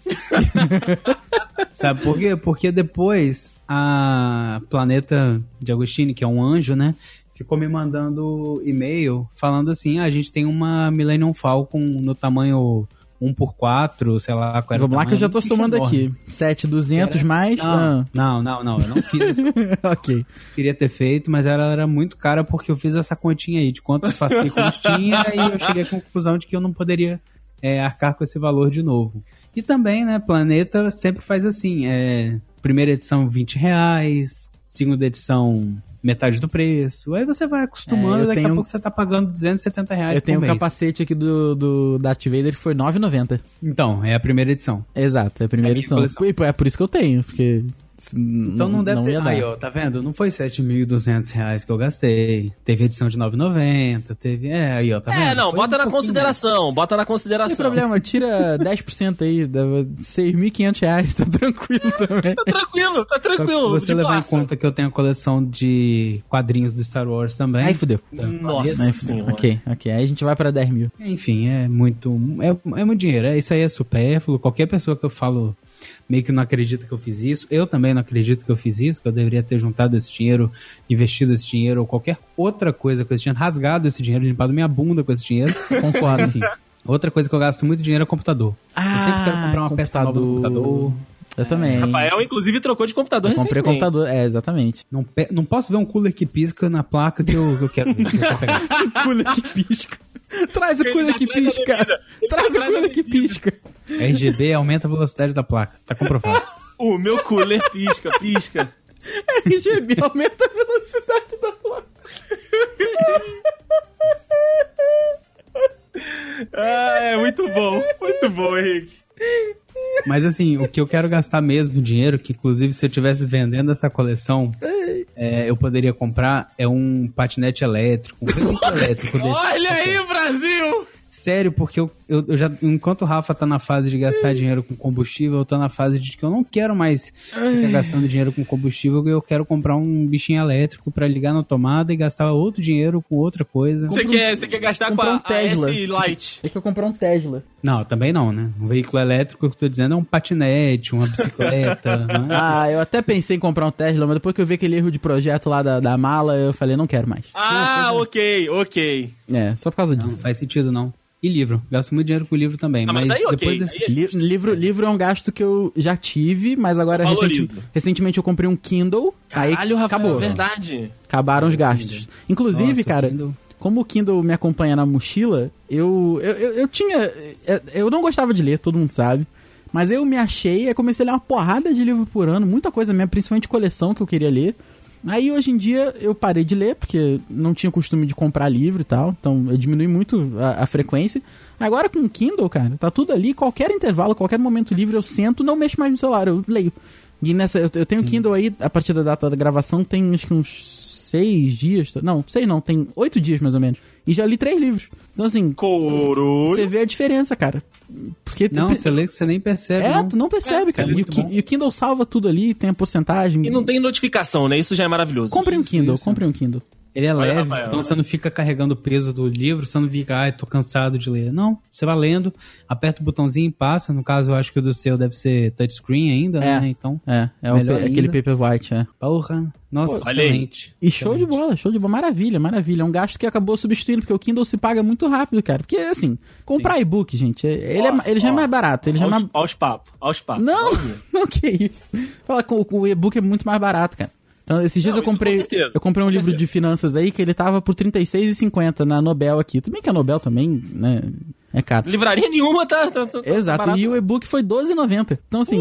D: Sabe por quê? Porque depois a planeta de Agostini, que é um anjo, né? Ficou me mandando e-mail falando assim: ah, a gente tem uma Millennium Falcon no tamanho 1x4, sei lá qual era o
B: Vamos lá que eu
D: tamanho,
B: já tô
D: um bicho
B: somando
D: enorme.
B: aqui. ah. 7.200 mais...
D: Não, não, não, não, eu não fiz isso.
B: ah, ok.
D: queria ter feito, mas ela era muito cara porque eu fiz essa continha aí de quantos fascículos tinha e eu cheguei à conclusão de que eu não poderia é, arcar com esse valor de novo. E também, né, Planeta sempre faz assim, é, primeira edição 20 reais, segunda edição metade do preço, aí você vai
B: É,
D: acostumando,
B: eu
D: daqui
B: tenho-
D: a pouco você tá pagando 270 reais
B: Eu tenho um
D: por mês.
B: capacete aqui do, do Darth Vader que foi 9,90.
D: Então, é a primeira edição.
B: Exato, é a
D: É a
B: primeira
D: minha
B: edição.
D: coleção.
B: E, pô, É por isso que eu tenho, porque...
D: Então não deve ter.
B: ia dar.
D: Aí, ó, tá vendo? Não foi 7.200 reais que eu gastei. Teve edição de 9,90, teve... É, aí, ó, tá vendo?
C: É, não, bota na
D: Foi um pouquinho mais.
C: consideração, bota na
B: Não tem
C: consideração.
B: problema, tira 10% aí, dá 6.500 reais, tá tranquilo também.
C: Tá tranquilo, tá
D: Só que
C: tranquilo.
D: se
C: de
D: você levar em
C: boaça.
D: conta que eu tenho a coleção de quadrinhos do Star Wars também.
B: Aí fudeu.
C: Nossa
B: Aí, fudeu.
C: senhora.
B: ok, ok. Aí a gente vai pra 10 mil.
D: Enfim, é muito. É, é muito dinheiro. É, isso aí é supérfluo. Qualquer pessoa que eu falo meio que não acredita que eu fiz isso. Eu também não acredito que eu fiz isso, que eu deveria ter juntado esse dinheiro, investido esse dinheiro, ou qualquer outra coisa com esse dinheiro, rasgado esse dinheiro, limpado minha bunda com esse dinheiro.
B: Concordo.
D: Enfim. Outra coisa que eu gasto muito dinheiro é computador.
B: Ah,
D: eu sempre quero comprar uma peça nova do computador.
B: Eu também.
C: Rafael, inclusive, trocou de computador
B: eu comprei o
C: recentemente.
B: computador, é, exatamente.
D: Não, pe- não posso ver um cooler que pisca na placa que eu, que eu quero ver. que eu quero pegar.
B: cooler que pisca. Traz o
C: Ele
B: cooler
C: já
B: que
C: traz a
B: pisca. Traz o
C: traz a
B: cooler que pisca.
D: RGB aumenta a velocidade da placa. Tá comprovado.
C: O meu cooler pisca, pisca.
B: RGB aumenta a velocidade da placa.
C: Ah, é muito bom, muito bom, Henrique.
D: Mas assim, o que eu quero gastar mesmo dinheiro, que inclusive se eu tivesse vendendo essa coleção, é, eu poderia comprar, é um patinete elétrico. Um patinete elétrico desse.
C: Olha aí, Brasil!
D: Sério, porque eu, eu, eu já, enquanto o Rafa tá na fase de gastar dinheiro com combustível, eu tô na fase de que eu não quero mais ficar gastando dinheiro com combustível, eu quero comprar um bichinho elétrico pra ligar na tomada e gastar outro dinheiro com outra coisa.
C: Você quer, você quer gastar com
B: comprar
C: a,
B: um
C: a
B: Tesla.
C: S Lite.
B: Tem que eu comprar um Tesla.
D: Não, também não, né? Um veículo elétrico, o que eu tô dizendo é um patinete, uma bicicleta, né?
B: Ah, eu até pensei em comprar um Tesla, mas depois que eu vi aquele erro de projeto lá da, da mala, eu falei, não quero mais.
C: Ah, ok, ok.
B: É, só por causa
D: Não, não
B: disso.
D: faz sentido, não. E livro. Gasto muito dinheiro com livro também.
C: Ah,
D: mas,
C: mas aí
D: depois
C: ok.
D: desse...
C: aí é
B: Li- livro, livro é um gasto que eu já tive, mas agora
C: Valorizo.
B: recenti- recentemente eu comprei um Kindle. aí
C: Caralho, Rafael,
B: acabou.
C: é verdade.
B: Acabaram os gastos. Inclusive,
D: Nossa,
B: cara,
D: Kindle.
B: como o Kindle me acompanha na mochila, eu, eu, eu, eu tinha. eu- Eu não gostava de ler, todo mundo sabe. Mas eu me achei, eu comecei a ler uma porrada de livro por ano, muita coisa mesmo, principalmente coleção que eu queria ler. Aí hoje em dia eu parei de ler, porque não tinha costume de comprar livro e tal, então eu diminui muito a, a frequência. Agora com o Kindle, cara, tá tudo ali, qualquer intervalo, qualquer momento livre eu sento, não mexo mais no celular, eu leio. E nessa, eu, eu tenho o Kindle aí, a partir da data da gravação, tem acho que uns seis dias, não, sei não, tem oito dias mais ou menos. E já li três livros. Então assim,
C: Couro.
B: você vê a diferença, cara. Porque
D: Não, você lê que você nem percebe.
B: é,
D: não.
B: tu não percebe,
D: É,
B: cara.
D: isso é
B: E o,
D: muito
B: Ki-
D: bom.
B: e o Kindle salva tudo ali, tem a porcentagem.
C: E não tem notificação, né? Isso já é maravilhoso.
B: Compre um
D: Isso,
B: Kindle,
D: isso.
B: compre um Kindle.
D: Ele é
C: Olha,
D: leve,
C: Rafael,
D: então
C: né?
D: você não fica carregando o peso do livro, você não fica, ai, tô cansado de ler. Não, você vai lendo, aperta o botãozinho e passa. No caso, eu acho que o do seu deve ser touchscreen ainda,
B: É.
D: né? Então,
B: É, é o
D: Melhor
B: pe- aquele
D: ainda.
B: Paperwhite, é.
D: porra, nossa,
C: Pô, olha aí.
D: excelente.
B: E show de bola, show de bola. Maravilha, maravilha. É um gasto que acabou substituindo, porque o Kindle se paga muito rápido, cara. Porque, assim, comprar e-book, gente, é- ele, é,
C: Ó,
B: ele já é
C: ó.
B: mais barato. Ele já é
C: Aos,
B: mais...
C: aos papos, aos papos.
B: Não, não, que isso. Fala, com o e-book é muito mais barato, cara. Então, esses dias
C: Não,
B: eu
C: isso com
B: comprei,
C: certeza,
B: eu comprei um
C: com
B: livro
C: certeza.
B: de finanças aí que ele tava por R$36,50 na Nobel aqui. Tudo bem que a Nobel também, né, é caro.
C: Livraria nenhuma tá. tá, tá- tá
B: Exato,
C: barato.
B: e o e-book foi 12,90. Então, assim,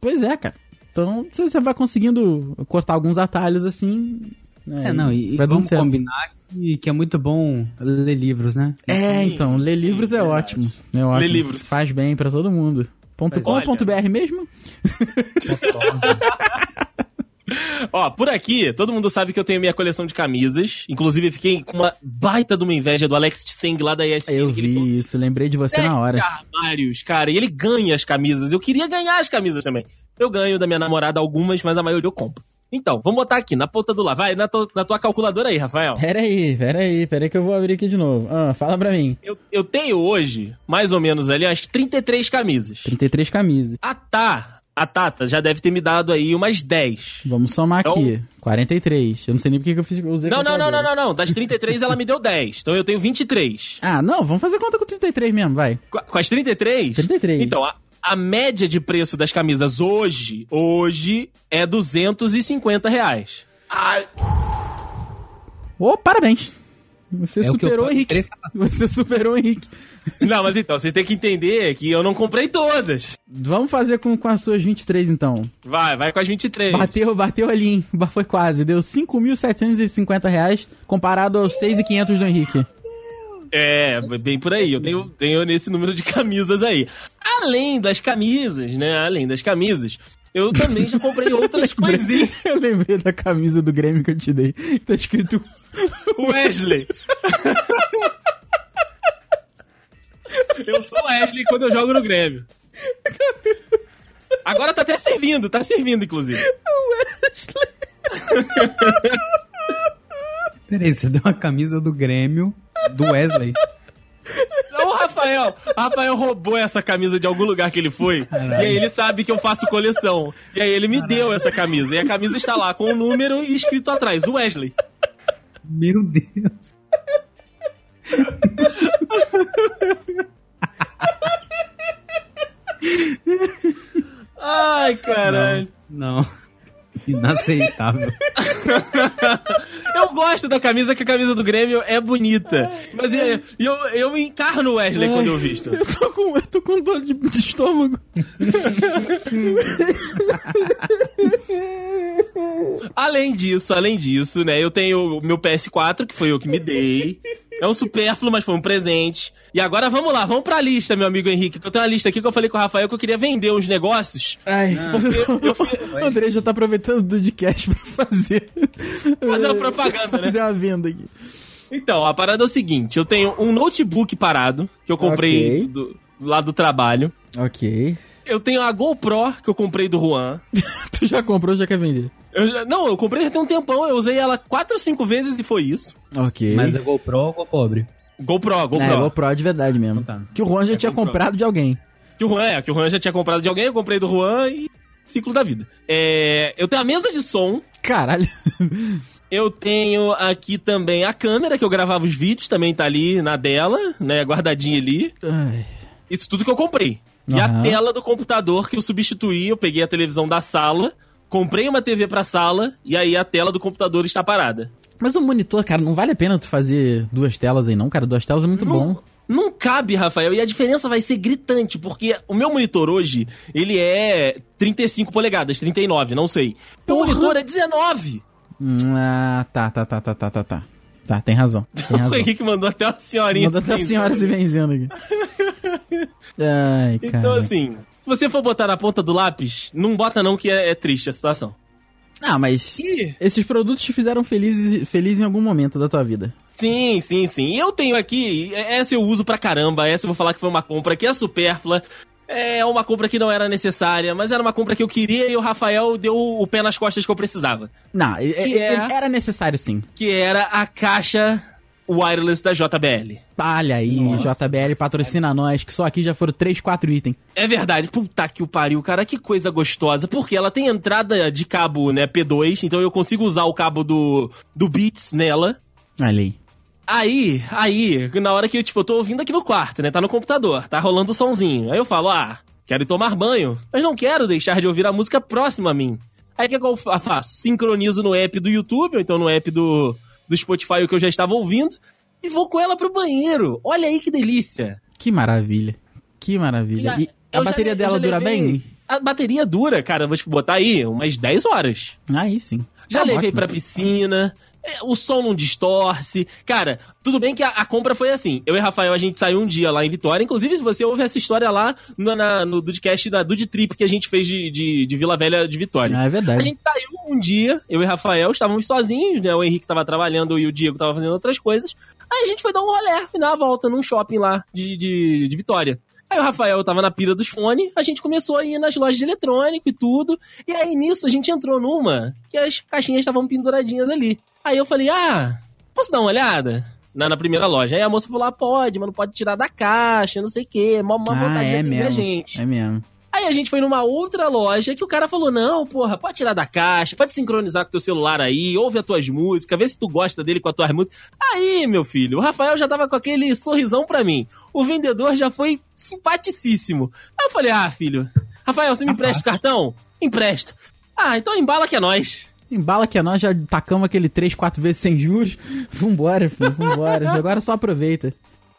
B: pois é, cara. Então, você você vai conseguindo cortar alguns atalhos, assim... né,
D: É, não, e,
B: vai
C: um
D: e
B: dando
D: vamos
B: certo.
D: combinar que, que é muito bom ler livros, né?
B: É,
C: Sim,
B: então, ler
C: sim,
B: livros é
C: verdade.
B: ótimo. É ótimo.
C: livros.
B: Faz bem pra todo mundo. Ponto com,
C: Olha.
B: ponto .br mesmo?
C: Ó, por aqui, todo mundo sabe que eu tenho minha coleção de camisas. Inclusive, eu fiquei com uma baita de uma inveja do Alex Tseng lá da ESPN.
B: Eu
C: que ele
B: vi isso, lembrei de você
C: sete
B: na hora.
C: Tá armários, cara. E ele ganha as camisas. Eu queria ganhar as camisas também. Eu ganho da minha namorada algumas, mas a maioria eu compro. Então, vamos botar aqui, na ponta do lá. Vai, na, to- na tua calculadora aí, Rafael.
B: Pera aí, pera aí, pera aí que eu vou abrir aqui de novo. Ah, fala pra mim.
C: Eu, eu tenho hoje, mais ou menos ali, umas 33 camisas.
B: 33 camisas.
C: A Tá, a Tata já deve ter me dado aí umas 10.
B: Vamos somar
C: Então-
B: aqui. 43. Eu não sei nem porque que eu fiz. eu Usei
C: Não, não, não, não,
B: calculadora.
C: não, não. Das 33 ela me deu 10. Então eu tenho 23.
B: Ah, não, vamos fazer conta com 33 mesmo, vai.
C: Com a- Com as 33?
B: 33.
C: Então, a, a média de preço das camisas hoje, hoje, é 250 reais. Ah,
B: Ô, parabéns. Você
D: É o que eu
B: superou o
D: pago
B: Henrique.
D: três
B: Você superou o Henrique.
C: não, mas então, vocês têm que entender que eu não comprei todas.
B: Vamos fazer com, com as suas 23, então.
C: Vai, vai com as 23.
B: Bateu, bateu ali, hein? Ba- Foi quase. Deu 5.750 reais comparado aos 6.500 do Henrique.
C: É, bem por aí. Eu tenho, tenho nesse número de camisas aí. Além das camisas, né? Além das camisas, eu também já comprei outras coisinhas.
B: Eu lembrei da camisa do Grêmio que eu te dei. Tá escrito
C: Wesley. eu sou Wesley quando eu jogo no Grêmio. Agora tá até servindo, tá servindo, inclusive.
D: Peraí, você deu uma camisa do Grêmio, do Wesley.
C: Então, O Rafael, Rafael roubou essa camisa de algum lugar que ele foi. E aí ele sabe que eu faço coleção. E aí ele me deu essa camisa. E a camisa está lá com o número e escrito atrás, Wesley.
D: Meu Deus.
C: Ai, caralho.
D: Não. Inaceitável.
C: Eu gosto da camisa, que a camisa do Grêmio é bonita. Mas é, eu, eu me encarno o Wesley quando eu visto.
B: Eu tô com, eu tô com dor de, de estômago.
C: Além disso, além disso, né? Eu tenho o meu PS4, que foi eu que me dei. É um supérfluo, mas foi um presente. E agora vamos lá, vamos pra lista, meu amigo Henrique. Que eu tenho uma lista aqui que eu falei com o Rafael que eu queria vender uns negócios.
B: Ai, o André já tá aproveitando do podcast pra fazer.
C: Fazer uma propaganda, né?
B: Fazer uma venda aqui.
C: Então, a parada é o seguinte: eu tenho um notebook parado, que eu comprei
B: Ok.
C: do- lá do trabalho.
B: Ok.
C: Eu tenho a GoPro, que eu comprei do Juan.
B: Tu já comprou, já quer vender.
C: Eu já- não, eu comprei já tem um tempão, eu usei ela quatro, cinco vezes e foi isso.
B: Ok.
D: Mas é GoPro ou pobre?
C: GoPro, GoPro.
B: É, GoPro de verdade mesmo.
D: Então tá.
B: Que o Juan já
C: É,
B: tinha
C: GoPro.
B: comprado de alguém.
C: Que o Juan é, que o Juan já tinha comprado de alguém, eu comprei do Juan e ciclo da vida. É, eu tenho a mesa de som,
B: Caralho.
C: eu tenho aqui também a câmera que eu gravava os vídeos, também tá ali na dela, né, guardadinha ali.
B: Ai.
C: Isso tudo que eu comprei. E
B: Aham.
C: a tela do computador que eu substituí, eu peguei a televisão da sala, comprei uma TV pra sala e aí a tela do computador está parada.
B: Mas o monitor, cara, não vale a pena tu fazer duas telas aí, não, cara. Duas telas é muito
C: Não-
B: bom.
C: Não cabe, Rafael, e a diferença vai ser gritante, porque o meu monitor hoje, ele é 35 polegadas, 39, não sei. Meu
B: Porra!
C: monitor é 19.
B: Hum, Ah, tá, tá, tá, tá, tá, tá, tá. Tá, tem razão. Tem
C: O
B: razão.
C: Henrique mandou até uma senhorinha.
B: Manda até a
C: assim.
B: senhora se benzendo aqui. Ai, cara.
C: Então, assim, se você for botar na ponta do lápis, não bota não que é, é triste a situação.
B: Ah, mas esses produtos te fizeram felizes, feliz em algum momento da tua vida.
C: Sim, sim, sim. E eu tenho aqui, essa eu uso pra caramba, essa eu vou falar que foi uma compra que é supérflua. É uma compra que não era necessária, mas era uma compra que eu queria e o Rafael deu o pé nas costas que eu precisava.
B: Não, e- e-
C: é?
B: e- era necessário sim.
C: que era a caixa wireless da JBL.
B: Olha aí, JBL patrocina nós, que só aqui já foram 3, 4 itens.
C: É verdade, puta que o pariu, cara, que coisa gostosa. Porque ela tem entrada de cabo, né, P2, então eu consigo usar o cabo do, do Beats nela.
B: Olha aí.
C: Aí, aí, na hora que eu, tipo, eu tô ouvindo aqui no quarto, né, tá no computador, tá rolando o somzinho. Aí eu falo, ah, quero ir tomar banho, mas não quero deixar de ouvir a música próxima a mim. Aí o que, que eu fa- faço? Sincronizo no app do YouTube, ou então no app do, do Spotify, o que eu já estava ouvindo, e vou com ela pro banheiro. Olha aí que delícia.
B: Que maravilha. Que maravilha. E a
C: Eu já
B: bateria
C: le- eu
B: dela
C: já
B: dura
C: levei-
B: bem?
C: A bateria dura, cara, eu vou te botar aí umas 10 horas.
B: Aí sim.
C: Já
B: Tá
C: levei
B: ótimo.
C: pra piscina, é, o som não distorce. Cara, tudo bem que a, a compra foi assim. Eu e Rafael, a gente saiu um dia lá em Vitória. Inclusive, se você ouve essa história lá no, na, no Dudcast da Dude Trip que a gente fez de, de, de Vila Velha de Vitória.
B: Ah, é
C: A
B: verdade.
C: gente saiu um dia, eu e Rafael estávamos sozinhos, né? O Henrique tava trabalhando e o Diego tava fazendo outras coisas. Aí a gente foi dar um rolê e dar uma volta num shopping lá de, de, de Vitória. Aí o Rafael tava na pira dos fones, a gente começou a ir nas lojas de eletrônico e tudo. E aí nisso a gente entrou numa que as caixinhas estavam penduradinhas ali. Aí eu falei, ah, posso dar uma olhada? Na, na primeira loja. Aí a moça falou: ah, pode, mas não pode tirar da caixa, não sei o quê. Mó, mó
B: ah,
C: vontade de
B: é
C: atender a
B: mesmo.
C: gente.
B: É mesmo.
C: Aí a gente foi numa outra loja que o cara falou: não, porra, pode tirar da caixa, pode sincronizar com o teu celular aí, ouve as tuas músicas, vê se tu gosta dele com as tuas músicas. Aí, meu filho, o Rafael já tava com aquele sorrisão pra mim. O vendedor já foi simpaticíssimo. Aí eu falei: ah, filho, Rafael, você me empresta o cartão? Empresta. Ah, então embala que é nós.
B: Embala que é nós já tacamos aquele 3, 4 vezes sem juros. Vambora, filho, vambora. Agora só aproveita.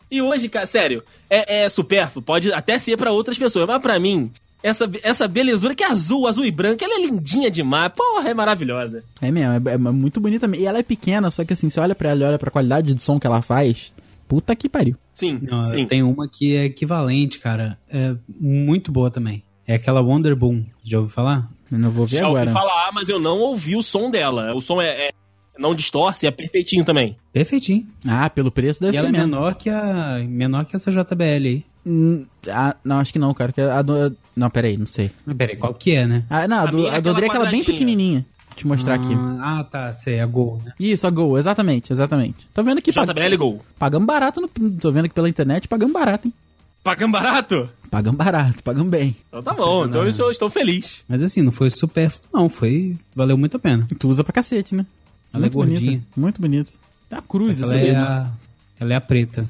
C: E hoje, cara, sério, é, é supérfluo, pode até ser pra outras pessoas, mas pra mim, essa, essa belezura que é azul, azul e branca, ela é lindinha demais, porra, é maravilhosa.
B: É mesmo, é, é muito bonita. mesmo. E ela é pequena, só que assim, você olha pra ela e olha pra qualidade de som que ela faz. Puta que pariu.
C: Sim,
D: Não,
C: sim.
D: tem uma que é equivalente, cara. É muito boa também. É aquela Wonder Boom. Já ouviu falar?
B: Eu não vou ver
C: Já
B: agora.
C: ouvi falar, "Ah, mas eu não ouvi o som dela. O som é, é- não distorce, é perfeitinho também.
D: Perfeitinho.
B: Ah, pelo preço deve
D: e
B: ser
D: ela é
B: mesmo.
D: menor que, a, menor que essa JBL aí.
B: Hum, ah, não, acho que não, cara. que a do- Não, Ah, peraí, não sei.
D: Peraí, qual que é, né?
B: Ah, não, a
C: A
B: do,
C: minha é
B: a do
C: aquela
B: André é aquela bem
C: quadradinha.
B: pequenininha. Deixa eu mostrar aqui.
D: Ah, tá, sei, a Gol, né?
B: Isso, a Gol, exatamente, exatamente. Tô vendo aqui, pag-
C: JBL Gol.
B: pagamos barato, no... tô vendo aqui pela internet, pagamos barato, hein.
C: Pagando barato?
B: Pagamos barato, pagamos bem.
C: Então tá bom, então eu estou, estou feliz.
D: Mas assim, não foi supérfluo, não. Foi. Valeu muito a pena.
B: Tu usa pra cacete, né?
D: Ela é
B: bonita,
D: gordinha.
B: muito bonita. Tá cruz
D: Ela
B: essa daí,
D: é,
B: né?
D: a, ela é a preta.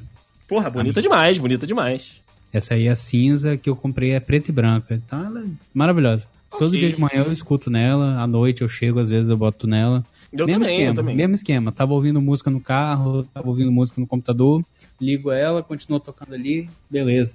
C: Porra, bonita demais, bonita demais.
D: Essa aí é a cinza que eu comprei, é preta e branca. Então ela é maravilhosa. Todo
C: Ok.
D: dia de manhã eu escuto nela, à noite eu chego, às vezes eu boto nela.
C: Eu
D: mesmo
C: também,
D: esquema,
C: eu também.
D: mesmo esquema. Tava ouvindo música no carro, tava ouvindo música no computador, ligo ela, continuo tocando ali, beleza.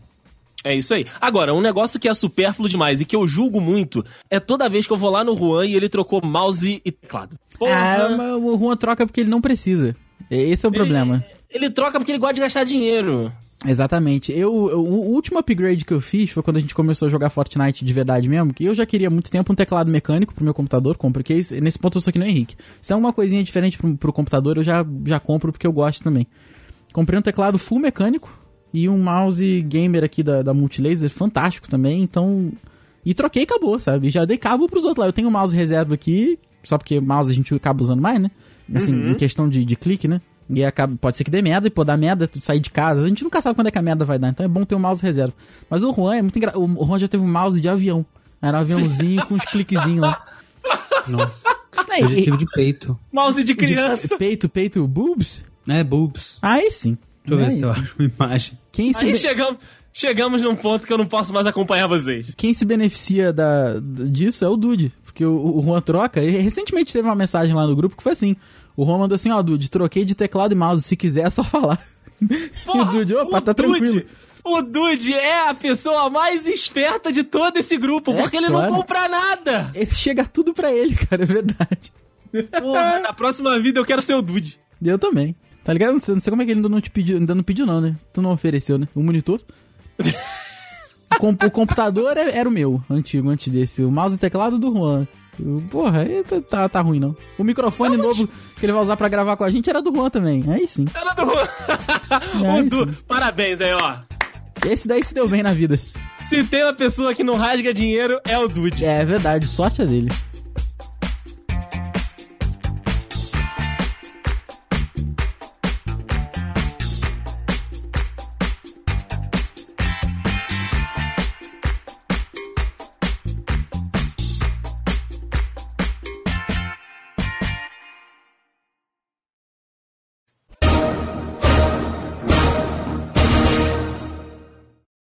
C: É isso aí. Agora, um negócio que é supérfluo demais e que eu julgo muito é toda vez que eu vou lá no Juan e ele trocou mouse e teclado.
B: Ah,
C: Porra,
B: mas o Juan troca porque ele não precisa. E- Esse é o problema.
C: ele troca porque ele gosta de gastar dinheiro.
B: Exatamente. Eu, eu- o último upgrade que eu fiz foi quando a gente começou a jogar Fortnite de verdade mesmo, que eu já queria há muito tempo um teclado mecânico pro meu computador, compro, que esse- nesse ponto eu sou que nem o Henrique. Se é uma coisinha diferente pro, pro computador, eu já, já compro porque eu gosto também. Comprei um teclado full mecânico e um mouse gamer aqui da, da Multilaser, fantástico também, então... E troquei e acabou, sabe? Já dei cabo pros outros lá. Eu tenho um mouse reserva aqui, só porque mouse a gente acaba usando mais, né? Assim,
C: Uhum.
B: em questão de, de clique, né? E acaba, pode ser que dê merda, e pô, dá merda, tu sair de casa. A gente nunca sabe quando é que a merda vai dar, então é bom ter um mouse reserva. Mas o Juan é muito engraçado. O Juan já teve um mouse de avião. Era um aviãozinho com uns cliquezinhos lá.
D: Nossa.
B: Aí,
D: Eu já tive de peito.
C: Mouse de
B: de-
C: criança.
B: peito, peito, boobs?
D: É, boobs.
B: Aí sim.
D: Deixa eu ver
B: Aí
D: se eu
B: sim.
D: acho uma imagem.
B: Quem se,
C: Aí
B: be-
C: chegamos, chegamos num ponto que eu não posso mais acompanhar vocês.
B: quem se beneficia da, d- disso é o Dude. Porque o, o Juan troca. E recentemente teve uma mensagem lá no grupo que foi assim: o Juan mandou assim, ó, Dude, troquei de teclado e mouse, se quiser é só falar. e o Dude, opa, tá tranquilo.
C: O Dude é a pessoa mais esperta de todo esse grupo,
B: É,
C: porque ele
B: claro.
C: não compra nada.
B: Ele chega tudo pra ele, cara, é verdade.
C: Porra, na próxima vida eu quero ser o Dude.
B: Eu também. Tá ligado? Não sei, não sei como é que ele ainda não te pediu, ainda não pediu não, né? Tu não ofereceu, né? O monitor? o, com- o computador é- era o meu, antigo, antes desse. O mouse e teclado do Juan. Eu- Porra, aí tá, tá, tá ruim não. O microfone novo que ele vai usar pra gravar com a gente era do Juan também. Aí sim.
C: Tá na rua.
B: É
C: o
B: isso.
C: Du... Parabéns aí, ó.
B: Esse daí se deu bem na vida.
C: Se tem uma pessoa que não rasga dinheiro, é o Dude.
B: É, é verdade, sorte é dele.